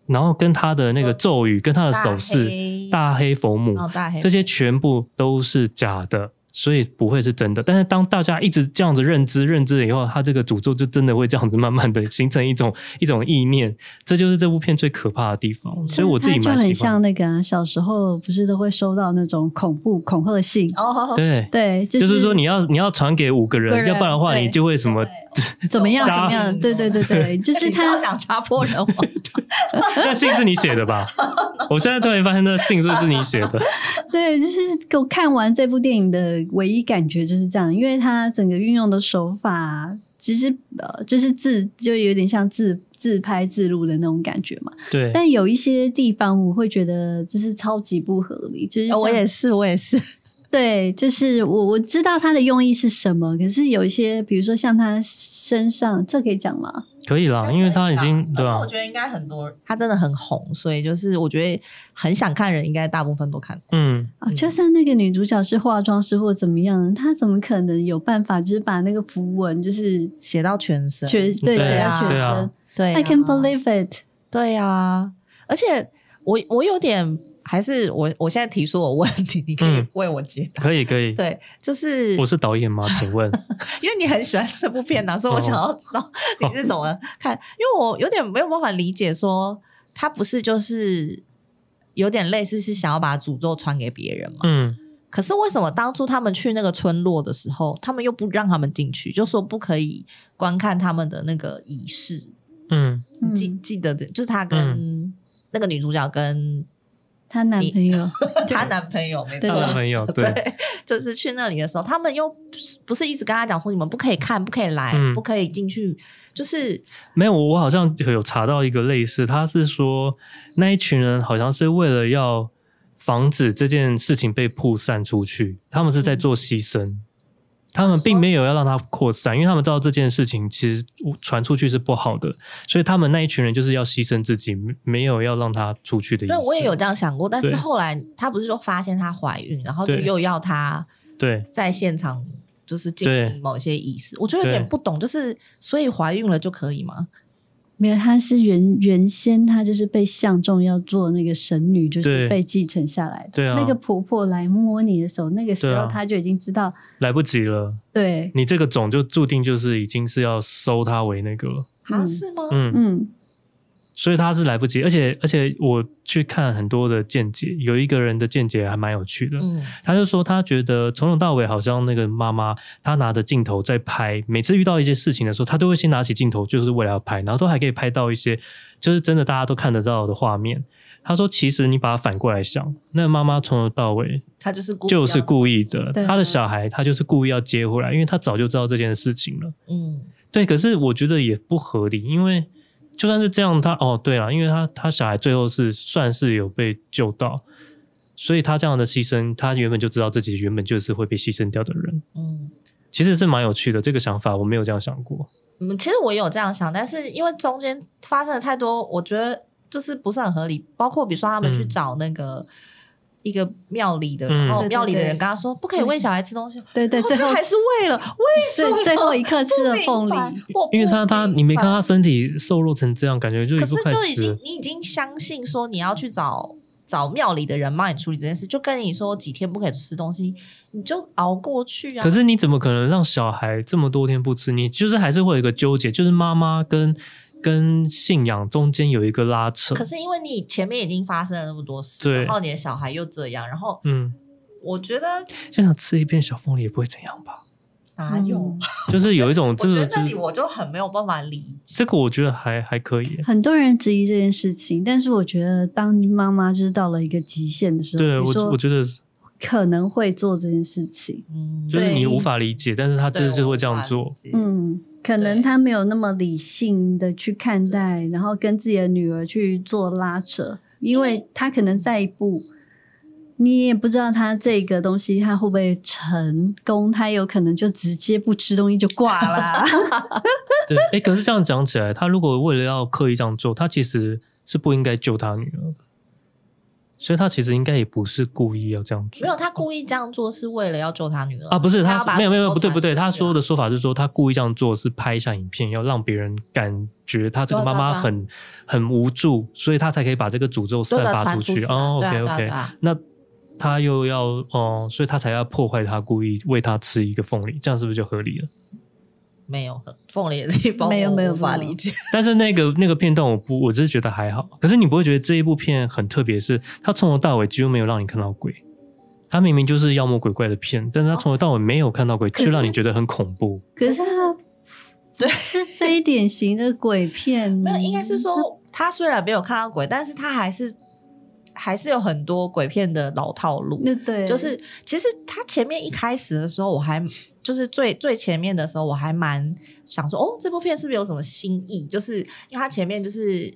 Speaker 2: 然后跟他的那个咒语，跟他的手势，大黑佛母，
Speaker 1: 哦
Speaker 3: 哎
Speaker 1: 大黑
Speaker 2: 这些全部都是假的，所以不会是真的。但是当大家一直这样子认知、认知了以后，它这个诅咒就真的会这样子慢慢的形成一种 <laughs> 一种意念，这就是这部片最可怕的地方。所以我自己
Speaker 3: 它就
Speaker 2: 蛮
Speaker 3: 很
Speaker 2: 喜欢
Speaker 3: 像
Speaker 2: 的。
Speaker 3: 那个啊、小时候不是都会收到那种恐怖恐吓信，
Speaker 1: 哦，
Speaker 2: 对，
Speaker 3: 对，就
Speaker 2: 就是是说你要你要传给五个
Speaker 3: 五个
Speaker 2: 人，
Speaker 3: 人
Speaker 2: 要不然的话
Speaker 3: 对
Speaker 2: 你就会什么
Speaker 3: 怎么样怎
Speaker 2: 扎
Speaker 3: 么样，对对对对， <laughs> 就是
Speaker 1: 你
Speaker 3: 他
Speaker 1: 要讲查破
Speaker 2: <laughs>
Speaker 1: 人王，
Speaker 2: <laughs> 那信是你写的吧？我现在突然发现，那信是不是你写的？
Speaker 3: <laughs> 对，就是我看完这部电影的唯一感觉就是这样，因为它整个运用的手法，其实呃，就是自就有点像自自拍自录的那种感觉嘛。
Speaker 2: 对，
Speaker 3: <laughs> 但有一些地方我会觉得就是超级不合理，就是像、
Speaker 1: 哦我也是，我也是，
Speaker 3: 对，就是我我知道它的用意是什么，可是有一些，比如说像他身上，这可以讲吗？
Speaker 2: 可以啦，啊因为他
Speaker 1: <laughs>
Speaker 2: 已经对
Speaker 1: 而且
Speaker 2: 啊吧
Speaker 1: 我？觉得应该很多，他真的很红，所以就是我觉得很想看人，应该大部分都看过。
Speaker 2: 嗯，
Speaker 3: 啊，
Speaker 1: 嗯
Speaker 3: 就算那个女主角是化妆师或怎么样，她怎么可能有办法就是把那个符文就是
Speaker 1: 写到全身，
Speaker 3: 全对
Speaker 2: 对
Speaker 3: 写
Speaker 1: 啊
Speaker 3: 到全
Speaker 2: 对
Speaker 3: 身、
Speaker 2: 啊
Speaker 1: I
Speaker 3: I can believe it。
Speaker 1: 对啊，而且我我有点还是我我现在提出我问题，你可以
Speaker 2: 嗯
Speaker 1: 为我解答。
Speaker 2: 可以可以。
Speaker 1: 对，就是
Speaker 2: 我是导演吗？请问？
Speaker 1: 因为你很喜欢这部片呐、
Speaker 2: 哦
Speaker 1: 所以我想要知道你是怎么看，因为我有点没有办法理解说他不是就是有点类似是想要把诅咒传给别人嘛？
Speaker 2: 嗯，
Speaker 1: 可是为什么当初他们去那个村落的时候，他们又不让他们进去，就说不可以观看他们的那个仪式？
Speaker 2: 嗯，
Speaker 1: 你记记得的，就是他跟、那个女主角
Speaker 2: <laughs>
Speaker 1: 跟
Speaker 3: 她男朋友，
Speaker 1: 她男朋友，没
Speaker 3: <laughs> 对
Speaker 1: 错
Speaker 2: 当。然没有，对，
Speaker 1: 对， <laughs> 就是去那里的时候，他们又不是不是一直跟他讲说你们不可以看，不可以来，
Speaker 2: 嗯
Speaker 1: 不可以进去，就是
Speaker 2: 没有。我我好像有查到一个类似，他是说那一群人好像是为了要防止这件事情被扩散出去，他们是在做牺牲。他们并没有要让它扩散，因为他们知道这件事情其实传出去是不好的，所以他们那一群人就是要牺牲自己，没没有要让它出去的意思。
Speaker 1: 对我也有这样想过，但是
Speaker 2: 对
Speaker 1: 后来她不是就发现她怀孕，然后就
Speaker 2: 对
Speaker 1: 又要她
Speaker 2: 对，
Speaker 1: 在现场就是进
Speaker 2: 对
Speaker 1: 行某些仪式，我就有点
Speaker 2: 对
Speaker 1: 不懂，就是所以怀孕了就可以吗？
Speaker 3: 没有，她是原原先她就是被相中要做那个神女，就
Speaker 2: 对
Speaker 3: 是被继承下来的。
Speaker 2: 对啊
Speaker 3: 那个婆婆来摸你的手，那个时
Speaker 2: 对
Speaker 3: 候
Speaker 2: 啊
Speaker 3: 她就已经知道，
Speaker 2: 来不及了。
Speaker 3: 对，
Speaker 2: 你这个种就注定就是已经是要收它为那个了，
Speaker 1: 啊，
Speaker 3: 嗯
Speaker 1: 是吗？
Speaker 2: 嗯，
Speaker 3: 嗯，
Speaker 2: 所以它是来不及，而且而且我去看很多的见解，有一个人的见解还蛮有趣的，
Speaker 1: 嗯，
Speaker 2: 他就说他觉得从头到尾好像那个妈妈，她拿着镜头在拍，每次遇到一些事情的时候，她都会先拿起镜头，就是为了要拍，然后都还可以拍到一些就是真的大家都看得到的画面。他说：“其实你把它反过来想，那妈妈从头到尾
Speaker 1: 她就是故意
Speaker 2: 就是
Speaker 1: 要
Speaker 2: 故意的，
Speaker 3: 对啊
Speaker 2: 她的小孩她就是故意要接回来，因为她早就知道这件事情了。
Speaker 1: 嗯，
Speaker 2: 对，可是我觉得也不合理，因为就算是这样，他哦，对了，因为他他小孩最后是算是有被救到，所以他这样的牺牲，他原本就知道自己原本就是会被牺牲掉的人，
Speaker 1: 嗯，
Speaker 2: 其实是蛮有趣的这个想法，我没有这样想过。
Speaker 1: 嗯，其实我也有这样想，但是因为中间发生了太多，我觉得就是不是很合理。包括比如说他们去
Speaker 2: 嗯找
Speaker 1: 找那个、一个庙里的，
Speaker 2: 嗯
Speaker 1: 然
Speaker 2: 然后
Speaker 1: 后
Speaker 3: 对对
Speaker 1: 庙
Speaker 3: 庙
Speaker 1: 里
Speaker 3: 里
Speaker 1: 的
Speaker 3: 的
Speaker 1: 人
Speaker 3: 人
Speaker 1: 跟
Speaker 3: 跟
Speaker 1: 他说不可以
Speaker 3: 以
Speaker 1: 喂
Speaker 3: 喂
Speaker 1: 小孩吃东西，
Speaker 3: 对对，最后嗯
Speaker 1: 还是喂了，为什么
Speaker 3: 最最后一刻吃了凤梨，
Speaker 2: 因为他他你没看他身体瘦弱成这样，感觉就一
Speaker 1: 可
Speaker 2: 副
Speaker 1: 是
Speaker 2: 快
Speaker 1: 就已
Speaker 2: 死
Speaker 1: 经
Speaker 2: 了。
Speaker 1: 你已经相信说你要去找找庙里的人帮你处理这件事，就跟你说几天不可以吃东西，你就熬过去啊。
Speaker 2: 可是你怎么可能让小孩这么多天不吃？你就是还是会有一个纠结，就是妈妈跟跟信仰中间有一个拉扯。
Speaker 1: 可是因为你前面已经发生了那么多事，
Speaker 2: 对
Speaker 1: 然后你的小孩又这样，然后
Speaker 2: 嗯，
Speaker 1: 我觉得
Speaker 2: 就想吃一片小凤梨也不会怎样吧？
Speaker 1: 哪有？
Speaker 2: <laughs>
Speaker 3: 嗯
Speaker 2: 就是有一种
Speaker 1: 我
Speaker 2: 这
Speaker 1: 觉
Speaker 2: 个
Speaker 1: 得
Speaker 2: 就
Speaker 1: 那里
Speaker 2: 是
Speaker 1: 我就很没有办法理解。
Speaker 2: 这个，我觉得还还可以。
Speaker 3: 很多人质疑这件事情，但是我觉得当妈妈就是到了一个极限的时候，
Speaker 2: 对我
Speaker 3: 比如说
Speaker 2: 我觉得是
Speaker 3: 可能会做这件事情。
Speaker 1: 嗯，
Speaker 2: 就是你
Speaker 3: 对
Speaker 2: 无法理解，但是他
Speaker 1: 对
Speaker 2: 真的就是会这样。
Speaker 1: 我无
Speaker 2: 做
Speaker 1: 法。理解 <laughs>
Speaker 3: 嗯，可
Speaker 1: 对
Speaker 3: 能他没有那么理性的去看待，然后跟自己的女儿去做拉扯，因为他可能再一步，你也不知道他这个东西他会不会成功，他有可能就直接不吃东西就挂
Speaker 1: <laughs>
Speaker 3: <laughs> 啦。
Speaker 2: 对，哎、可是这样讲起来，他如果为了要刻意这样做，他其实是不应该救他女儿的，所以他其实应该也不是故意要这样做。
Speaker 1: 没有，他故意这样做是为了要救他女儿
Speaker 2: 啊，不是他没有没有没有不对不对，他说
Speaker 1: 说
Speaker 2: 的说法是说他故意这样做是拍一下影片，要让别人感觉他这个
Speaker 1: 对
Speaker 2: 妈
Speaker 1: 对
Speaker 2: 妈
Speaker 1: 对
Speaker 2: 很很无助，所以他才可以把这个诅咒散
Speaker 1: 对的
Speaker 2: 发
Speaker 1: 传
Speaker 2: 出
Speaker 1: 出
Speaker 2: 去。
Speaker 1: 去啊
Speaker 2: 哦
Speaker 1: 对啊
Speaker 2: ，OK
Speaker 1: 对啊对
Speaker 2: OK，
Speaker 1: 啊
Speaker 2: 那他又要哦，所以他才要破坏他，故意喂他吃一个凤梨，这样是不是就合理了？
Speaker 1: 没有凤梨的地方，
Speaker 3: 没有
Speaker 1: 我
Speaker 3: 没有
Speaker 1: 无法
Speaker 3: 没有
Speaker 1: 理解。
Speaker 2: 但是那个那 <laughs> 个片段，我不，我只是觉得还好。可是你不会觉得这一部片很特别，是它从头到尾几乎没有让你看到鬼。它明明就是妖魔鬼怪的片，但是它从头到尾没有看到鬼，
Speaker 3: 可是
Speaker 2: 却让你觉得很恐怖。
Speaker 3: 可是他
Speaker 1: <laughs> 对
Speaker 3: 是非典型的鬼片，
Speaker 1: 没有，应该是
Speaker 3: 嗯
Speaker 1: 说他虽然没有看到鬼，但是他还是还是有很多鬼片的老套路。
Speaker 3: 那对，
Speaker 1: 就是其实他前面一开始的时候，我还就是最最前面的时候，我还蛮想说，哦，这部片是不是有什么新意？就是因为他前面就是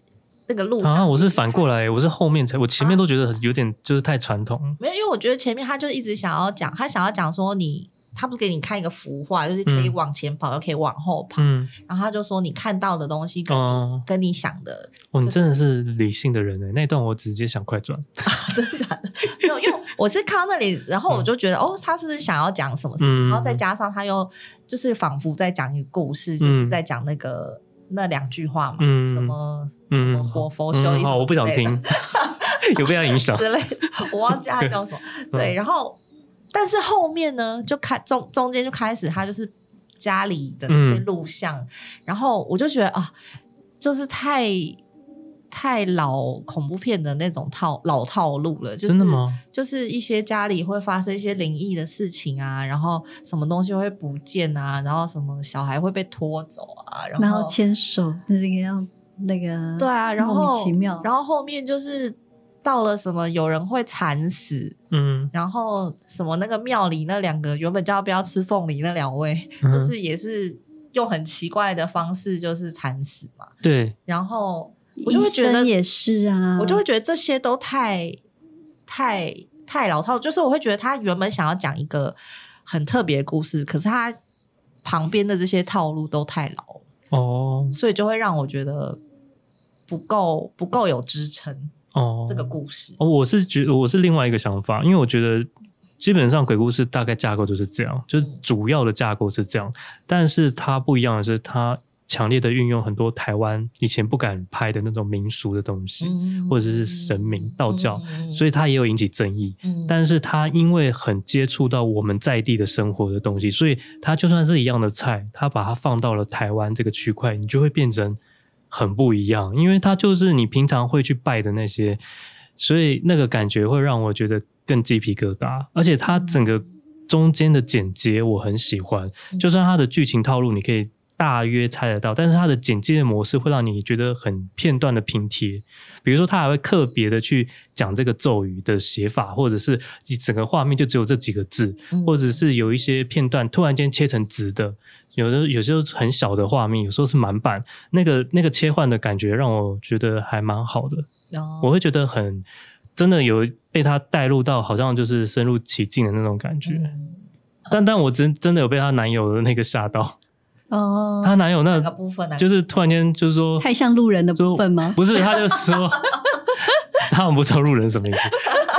Speaker 1: 那个路上
Speaker 2: 啊，我是
Speaker 1: 其实
Speaker 2: 反过来，我是后面才，我
Speaker 1: 啊
Speaker 2: 前面都觉得很有点就是太传统。
Speaker 1: 没有，因为我觉得前面他就一直想要讲，他想要讲说你。他不是给你看一个幅画，就是可以
Speaker 2: 嗯
Speaker 1: 往前跑，又可以往后跑。
Speaker 2: 嗯，
Speaker 1: 然后他就说，你看到的东西跟你、
Speaker 2: 哦
Speaker 1: 跟你想的
Speaker 2: 哦，你真的是理性的人哎，那一段我直接想快转。
Speaker 1: <laughs> 真的假的？没有，因为我是看到那里，然后我就觉得，哦，他是不是想要讲什么事情？
Speaker 2: 嗯
Speaker 1: 然后再加上他又就是仿佛在讲一个故事，就是在讲那个那两句话嘛，
Speaker 2: 嗯
Speaker 1: 什么
Speaker 2: 嗯，
Speaker 1: 活佛修一
Speaker 2: 嗯，
Speaker 1: 什么
Speaker 2: 好，我不想
Speaker 1: 之类的
Speaker 2: 听， <laughs> 有被他影响。
Speaker 1: 之类的， <laughs> 我忘记他
Speaker 2: <laughs>
Speaker 1: 叫什么。
Speaker 2: 嗯
Speaker 1: 对，然后但是后面呢，就开中中间就开始他就是家里的那些
Speaker 2: 嗯
Speaker 1: 录像，然后我就觉得啊，就是太。太老恐怖片的那种套老套路了，就是
Speaker 2: 真的吗？
Speaker 1: 就是一些家里会发生一些灵异的事情啊，然后什么东西会不见啊，然后什么小孩会被拖走啊，然后
Speaker 3: 然后牵手那个样那个
Speaker 1: 对啊，然
Speaker 3: 莫
Speaker 1: 后
Speaker 3: 名其妙，
Speaker 1: 然后后面就是到了什么有人会惨死，
Speaker 2: 嗯，
Speaker 1: 然后什么那个庙里那两个原本就要不要吃凤梨那两位，
Speaker 2: 嗯
Speaker 1: 就是也是用很奇怪的方式就是惨死嘛，
Speaker 2: 对，
Speaker 1: 然后我就会觉得
Speaker 3: 医生也是啊，
Speaker 2: 嗯
Speaker 1: 我就会觉得这些都太太太老套，就是我会觉得他原本想要讲一个很特别的故事，可是他旁边的这些套路都太老，
Speaker 2: 哦
Speaker 1: 所以就会让我觉得不够不够有支撑
Speaker 2: 哦，
Speaker 1: 这个故事。
Speaker 2: 哦，我是觉我是另外一个想法，因为我觉得基本上鬼故事大概架构就是这样，就是
Speaker 1: 嗯
Speaker 2: 主要的架构是这样，但是它不一样的是，它强烈的运用很多台湾以前不敢拍的那种民俗的东西，
Speaker 1: 嗯
Speaker 2: 或者是神明道教，
Speaker 1: 嗯
Speaker 2: 所以它也有引起争议。
Speaker 1: 嗯
Speaker 2: 但是它因为很接触到我们在地的生活的东西，所以它就算是一样的菜，它把它放到了台湾这个区块，你就会变成很不一样，因为它就是你平常会去拜的那些，所以那个感觉会让我觉得更鸡皮疙瘩，而且它整个中间的剪接我很喜欢，
Speaker 1: 嗯
Speaker 2: 就算它的剧情套路你可以。大约猜得到，但是它的剪接的模式会让你觉得很片段的拼贴，比如说他还会特别的去讲这个咒语的写法，或者是你整个画面就只有这几个字，
Speaker 1: 嗯
Speaker 2: 或者是有一些片段突然间切成直的，有的有些很小的画面，有时候是满版，那个那个切换的感觉让我觉得还蛮好的，
Speaker 1: 哦
Speaker 2: 我会觉得很真的有被他带入到，好像就是深入其境的那种感觉。
Speaker 1: 嗯
Speaker 2: 但但我真真的有被她男友的那个吓到，
Speaker 3: 哦，
Speaker 2: 她男友
Speaker 1: 哪
Speaker 2: 那
Speaker 1: 个部分呢？啊
Speaker 2: 就是突然间就是说
Speaker 3: 太像路人的部分吗？
Speaker 2: 不是，他就
Speaker 3: <laughs>
Speaker 2: 说他们不知道路人什么意思，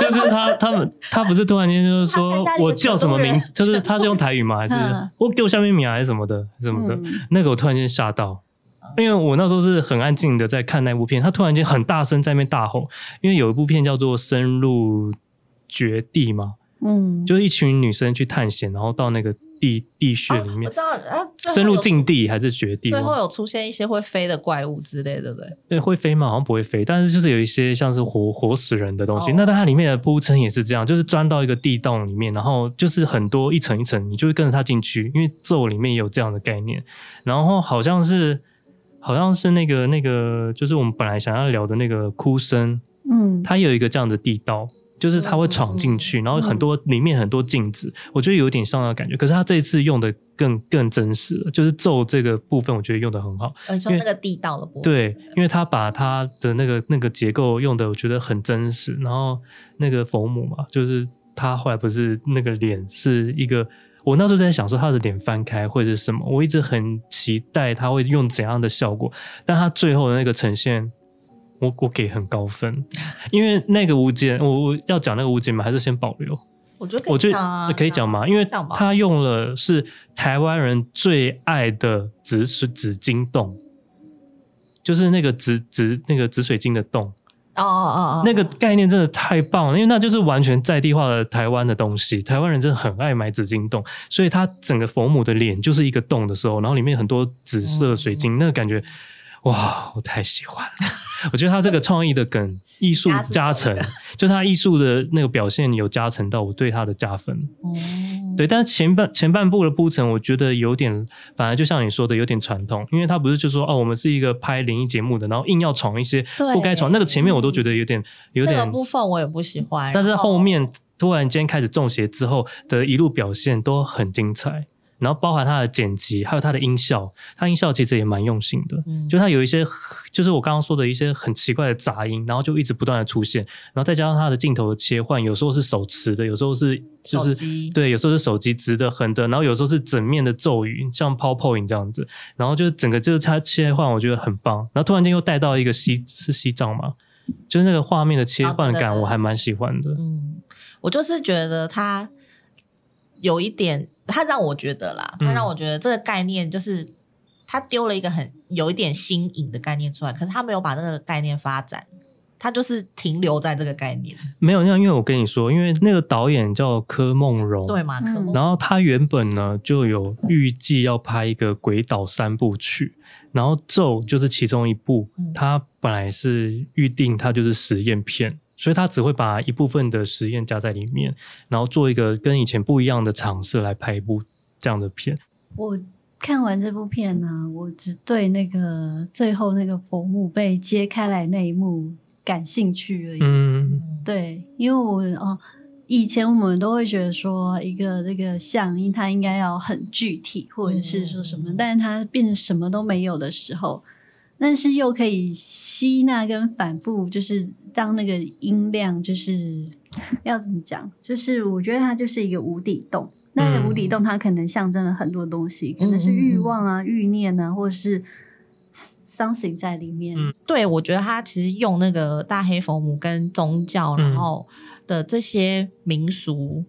Speaker 2: 就是他他们他不是突然间就是说
Speaker 1: 他参加了一个
Speaker 2: 我叫什么名
Speaker 1: 全部人，
Speaker 2: 就是他是用台语吗？还是
Speaker 3: 嗯
Speaker 2: 我给我下面名啊还是什么的什么的
Speaker 3: 嗯？
Speaker 2: 那个我突然间吓到。因为我那时候是很安静的在看那部片，他突然间很大声在那边大吼，因为有一部片叫做《深入绝地》嘛，
Speaker 3: 嗯，
Speaker 2: 就是一群女生去探险，然后到那个地地穴里
Speaker 1: 我
Speaker 2: 面
Speaker 1: 知，道，啊，最后
Speaker 2: 深入哦
Speaker 1: 有
Speaker 2: 禁地还是绝地？
Speaker 1: 最
Speaker 2: 忘了
Speaker 1: 后有出现一些会飞的怪物之类，对不对？
Speaker 2: 对，会飞吗？好像不会飞，但是就是有一些像是活活死人的东西。
Speaker 1: 哦
Speaker 2: 那它里面的铺陈也是这样，就是钻到一个地洞里面，然后就是很多一层一层，你就会跟着它进去，因为咒里面也有这样的概念。然后好像是好像是那个那个，就是我们本来想要聊的那个哭声，
Speaker 3: 嗯，
Speaker 2: 它有一个这样的地道，就是它会闯进去，然后很多里面很多镜子，我觉得有点像那个感觉。可是它这一次用的更更真实了，就是咒这个部分，我觉得用的很好。
Speaker 1: 呃，你说
Speaker 2: 因为
Speaker 1: 那个地道的部分，，
Speaker 2: 对，因为他把他的那个那个结构用的，我觉得很真实。然后那个佛母嘛，就是他后来不是那个脸是一个，我那时候在想说他的脸翻开会是什么，我一直很期待他会用怎样的效果，但他最后的那个呈现。我我给很高分， <laughs> 因为那个无间，我我要讲那个无间嘛，还是先保留。
Speaker 1: 我觉得可
Speaker 2: 我
Speaker 1: 以
Speaker 2: 觉
Speaker 1: 讲啊
Speaker 2: 得呃可以讲吗？因为
Speaker 1: 讲吧
Speaker 2: 他用了是台湾人最爱的紫水紫金洞，就是那个紫紫那个紫水晶的洞，
Speaker 1: 哦哦哦哦，
Speaker 2: 那个概念真的太棒了，因为那就是完全在地化的台湾的东西。台湾人真的很爱买紫金洞，所以他整个佛母的脸就是一个洞的时候，然后里面很多紫色水
Speaker 1: 嗯
Speaker 2: 晶，那个感觉。哇，我太喜欢了！ <laughs> 我觉得他这个创意的梗艺术
Speaker 1: <laughs> 加速
Speaker 2: 加成，就他艺术的那个表现有加成到我对他的加分。
Speaker 1: 哦，
Speaker 2: 对，但是前半前半部的铺陈，我觉得有点，反而就像你说的，有点传统，因为他不是就说哦，我们是一个拍灵异节目的，然后硬要闯一些
Speaker 1: 对嗯
Speaker 2: 不该闯，那个前面我都觉得有点有
Speaker 1: 那
Speaker 2: 点
Speaker 1: 个，部分我也不喜欢，
Speaker 2: 但是
Speaker 1: 然
Speaker 2: 后面突然间开始中邪之后的一路表现都很精彩，然后包含他的剪辑，还有他的音效，他音效其实也蛮用心的，
Speaker 1: 嗯
Speaker 2: 就它有一些，就是我刚刚说的一些很奇怪的杂音，然后就一直不断的出现，然后再加上它的镜头的切换，有时候是手持的，有时候是就
Speaker 1: 手
Speaker 2: 是
Speaker 1: 机
Speaker 2: 对，有时候是手机直的横的，然后有时候是整面的咒语，像 PowerPoint 这样子，然后就是整个就是它切换，我觉得很棒，然后突然间又带到一个西是西藏嘛，就是那个画面的切换
Speaker 1: 哦对对
Speaker 2: 感，
Speaker 1: 对
Speaker 2: 我还蛮喜欢的。
Speaker 1: 嗯，我就是觉得他有一点，他让我觉得啦，
Speaker 2: 嗯
Speaker 1: 他让我觉得这个概念就是他丢了一个很有一点新颖的概念出来，可是他没有把那个概念发展，他就是停留在这个概念，
Speaker 2: 没有，那因为我跟你说，因为那个导演叫柯梦荣，
Speaker 1: 对吗？可
Speaker 3: 嗯
Speaker 1: 不
Speaker 2: 然后他原本呢就有预计要拍一个《鬼岛》三部曲，然后《咒》就是其中一部
Speaker 1: 嗯。
Speaker 2: 他本来是预定它就是实验片，所以他只会把一部分的实验加在里面，然后做一个跟以前不一样的尝试来拍一部这样的片。
Speaker 3: 我看完这部片呢，我只对那个最后那个佛母被揭开来那一幕感兴趣而已。
Speaker 2: 嗯，
Speaker 3: 对，因为我哦，以前我们都会觉得说一个这个像应它应该要很具体，或者是说什么，
Speaker 1: 嗯
Speaker 3: 但是它变成什么都没有的时候，但是又可以吸纳跟反复，就是当那个音量就是要怎么讲，就是我觉得它就是一个无底洞。那个无
Speaker 2: 嗯
Speaker 3: 底洞，它可能象征了很多东西，可能是欲望啊、欲念啊，或者是 something 在里面。
Speaker 2: 嗯
Speaker 1: 对，我觉得他其实用那个大黑佛母跟宗教，
Speaker 2: 嗯
Speaker 1: 然后的这些民俗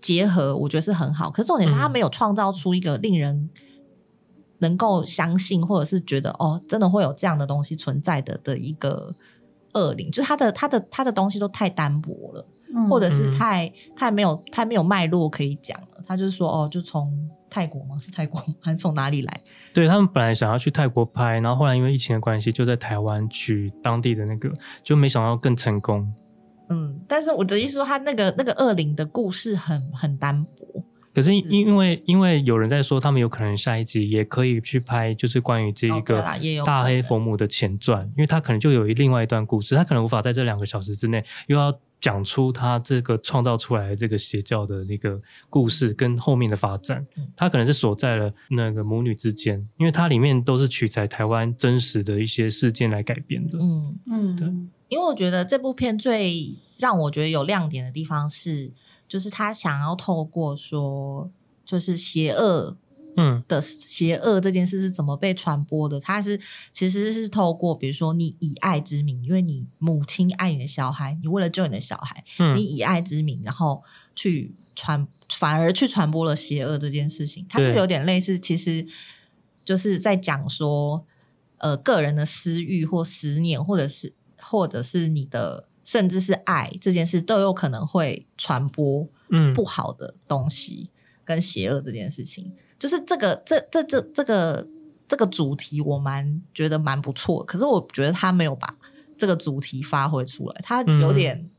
Speaker 1: 结合，我觉得是很好。可是重点是他
Speaker 2: 嗯
Speaker 1: 没有创造出一个令人能够相信，或者是觉得哦，真的会有这样的东西存在的的一个恶灵，就是他的他的他的东西都太单薄了，
Speaker 3: 嗯
Speaker 1: 或者是
Speaker 2: 嗯
Speaker 1: 太太没有太没有脉络可以讲了。他就是说哦，就从泰国吗？是泰国吗还是从哪里来？
Speaker 2: 对他们本来想要去泰国拍，然后后来因为疫情的关系，就在台湾去当地的那个，就没想到更成功。
Speaker 1: 嗯，但是我的意思说，他那个那个恶灵的故事很很单薄，
Speaker 2: 可是
Speaker 1: 是
Speaker 2: 因因为因为有人在说，他们有可能下一集也可以去拍，就是关于这一
Speaker 1: 哦对
Speaker 2: 个
Speaker 1: 啦也有
Speaker 2: 大
Speaker 1: 可
Speaker 2: 黑
Speaker 1: 能
Speaker 2: 佛母的前传，因为他可能就有一另外一段故事，他可能无法在这两个小时之内又要讲出他这个创造出来的这个邪教的那个故事跟后面的发展
Speaker 1: 嗯，
Speaker 2: 它可能是锁在了那个母女之间，因为它里面都是取材台湾真实的一些事件来改编的。
Speaker 1: 嗯，
Speaker 2: 对
Speaker 3: 嗯，
Speaker 1: 因为我觉得这部片最让我觉得有亮点的地方是，就是他想要透过说，就是邪恶
Speaker 2: 嗯
Speaker 1: 的邪恶这件事是怎么被传播的？它是其实是透过比如说你以爱之名，因为你母亲爱你的小孩，你为了救你的小孩，
Speaker 2: 嗯
Speaker 1: 你以爱之名，然后去传，反而去传播了邪恶这件事情。它就
Speaker 2: 对
Speaker 1: 有点类似，其实就是在讲说，呃，个人的私欲或思念，或者是或者是你的。甚至是爱这件事都有可能会传播，
Speaker 2: 嗯
Speaker 1: 不好的东西跟邪恶这件事情，就是这个这这这这个这个主题，我蛮觉得蛮不错。可是我觉得他没有把这个主题发挥出来，他有
Speaker 2: 嗯
Speaker 1: 点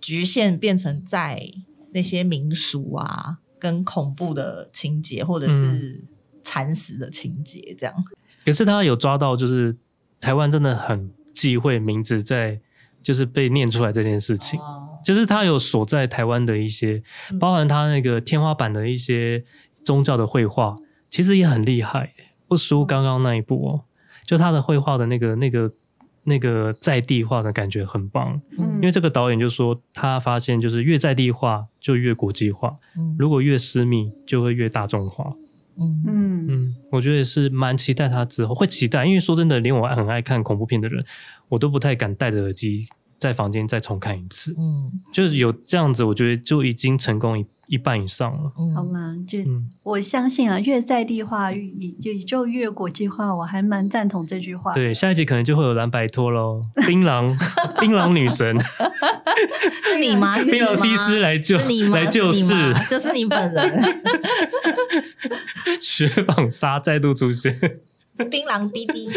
Speaker 1: 局限，变成在那些民俗啊、跟恐怖的情节，或者
Speaker 2: 嗯
Speaker 1: 是惨死的情节这样。
Speaker 2: 可是他有抓到，就是台湾真的很忌讳名字在就是被念出来这件事情。
Speaker 1: 哦，
Speaker 2: 就是他有所在台湾的一些
Speaker 1: 嗯，
Speaker 2: 包含他那个天花板的一些宗教的绘画，其实也很厉害，不输刚刚那一部哦。就他的绘画的那个那个那个在地化的感觉很棒，
Speaker 3: 嗯
Speaker 2: 因为这个导演就说他发现就是越在地化就越国际化，
Speaker 1: 嗯
Speaker 2: 如果越私密就会越大众化。
Speaker 1: 嗯嗯
Speaker 3: 嗯
Speaker 2: 嗯，我觉得也是蛮期待他之后会期待，因为说真的，连我很爱看恐怖片的人，我都不太敢戴着耳机在房间再重看一次。
Speaker 1: 嗯
Speaker 2: 就是有这样子，我觉得就已经成功一一半以上了。
Speaker 1: 嗯，
Speaker 3: 好啦，就
Speaker 2: 嗯，
Speaker 3: 我相信啊，越在地化，也也就越国际化，我还蛮赞同这句话。
Speaker 2: 对，下一集可能就会有蓝白
Speaker 1: <laughs>
Speaker 2: 拖喽，槟榔，槟榔女神，
Speaker 1: 是你吗？是你
Speaker 2: 槟榔西施
Speaker 1: 吗
Speaker 2: 来救
Speaker 1: 是你吗？
Speaker 2: 来救
Speaker 1: 是你
Speaker 2: 世 <laughs>
Speaker 1: 吗， <laughs> 就是你本人，
Speaker 2: 雪纺纱再度出现。
Speaker 1: 槟榔滴 <laughs> 滴。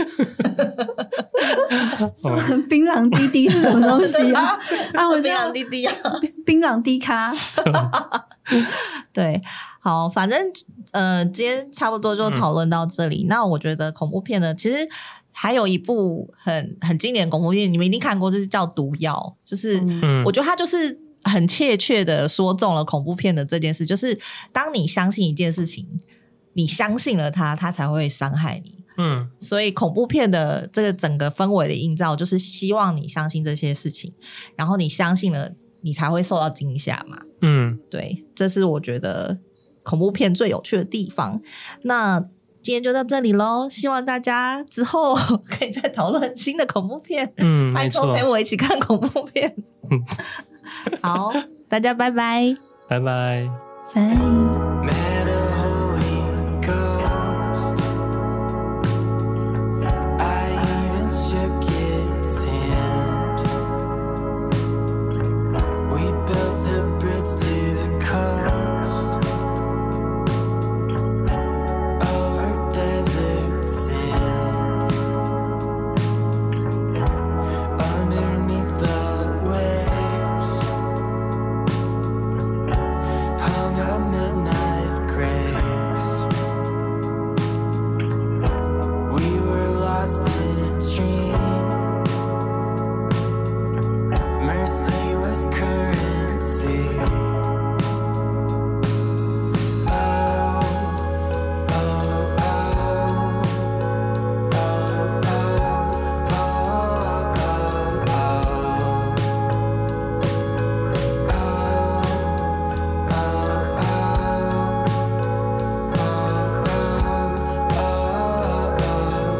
Speaker 2: 哦
Speaker 3: 槟榔滴滴是什么东
Speaker 1: <laughs>
Speaker 3: 西啊？啊，我知
Speaker 1: 槟
Speaker 3: 道
Speaker 1: 榔弟弟啊。
Speaker 3: 槟榔滴咖。
Speaker 1: 对，好，反正呃，今天差不多就讨论到这里。那我觉得恐怖片呢，其实还有一部很很经典的恐怖片，你们一定看过，就是叫《毒药》，就是、
Speaker 3: 嗯
Speaker 2: 嗯
Speaker 1: 我觉得它就是很切切的说中了恐怖片的这件事，就是当你相信一件事情，你相信了它，它才会伤害你。
Speaker 2: 嗯
Speaker 1: 所以恐怖片的这个整个氛围的营造，就是希望你相信这些事情，然后你相信了，你才会受到惊吓嘛。
Speaker 2: 嗯，
Speaker 1: 对，这是我觉得恐怖片最有趣的地方。那今天就到这里喽，希望大家之后 <laughs> 可以再讨论新的恐怖片，
Speaker 2: 嗯，
Speaker 1: 拜
Speaker 2: 没
Speaker 1: 托
Speaker 2: 错
Speaker 1: 陪，我一起看恐怖
Speaker 2: <laughs>
Speaker 1: 片。好，大家拜拜。
Speaker 2: 拜拜。
Speaker 3: 拜。
Speaker 4: Met a holy ghost. I even shook its hand. We built a bridge to the coast over desert sand. Underneath the waves hung a midnight graves. We were lost in a dream. Mercy was currency. Oh, oh, oh. Oh, oh, oh, oh, oh. Oh.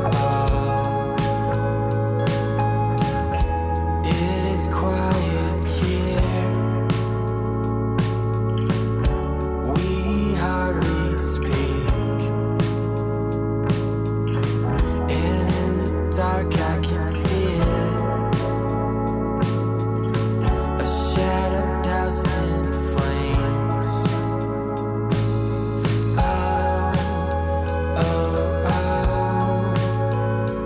Speaker 4: It is quiet here. We hardly speak, and in the dark I can see it. A shadow doused in flames. Oh, oh, oh.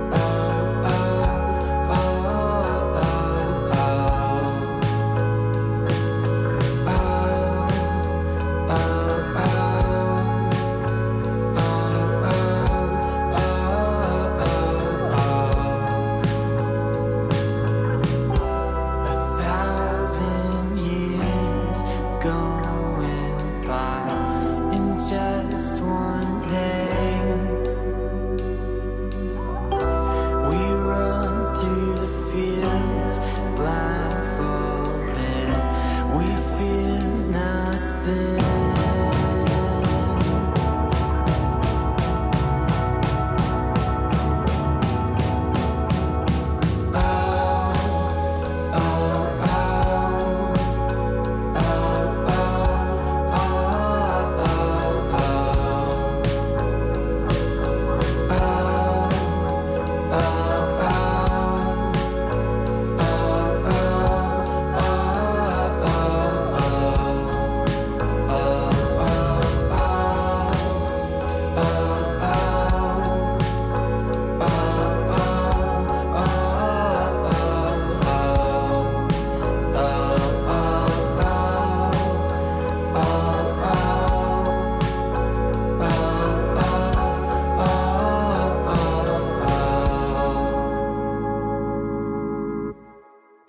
Speaker 4: Oh, oh, oh, oh, oh. Oh, oh, oh. Oh, oh, oh, oh, oh.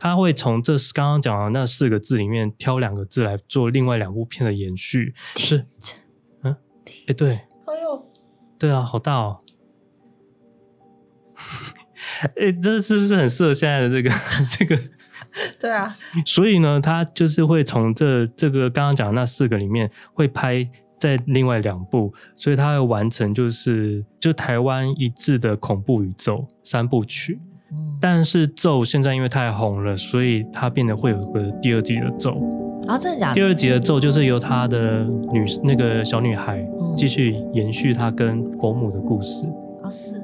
Speaker 2: 他会从这刚刚讲的那四个字里面挑两个字来做另外两部片的延续，是，嗯，哎，对，
Speaker 1: 哎呦，
Speaker 2: 对啊，好大哦！ <laughs> 哎，这是不是很适合现在的这个这个？
Speaker 1: 对啊，
Speaker 2: 所以呢，他就是会从这这个刚刚讲的那四个里面，会拍在另外两部，所以他会完成就是就台湾一致的恐怖宇宙三部曲。
Speaker 1: 嗯，
Speaker 2: 但是咒现在因为太红了，所以它变得会有个第二季的咒。
Speaker 1: 啊，真的假
Speaker 2: 第
Speaker 1: 的？
Speaker 2: 二集的咒就是由她的女那个小女孩
Speaker 1: 嗯
Speaker 2: 继续延续她跟佛母的故事。
Speaker 1: 啊，是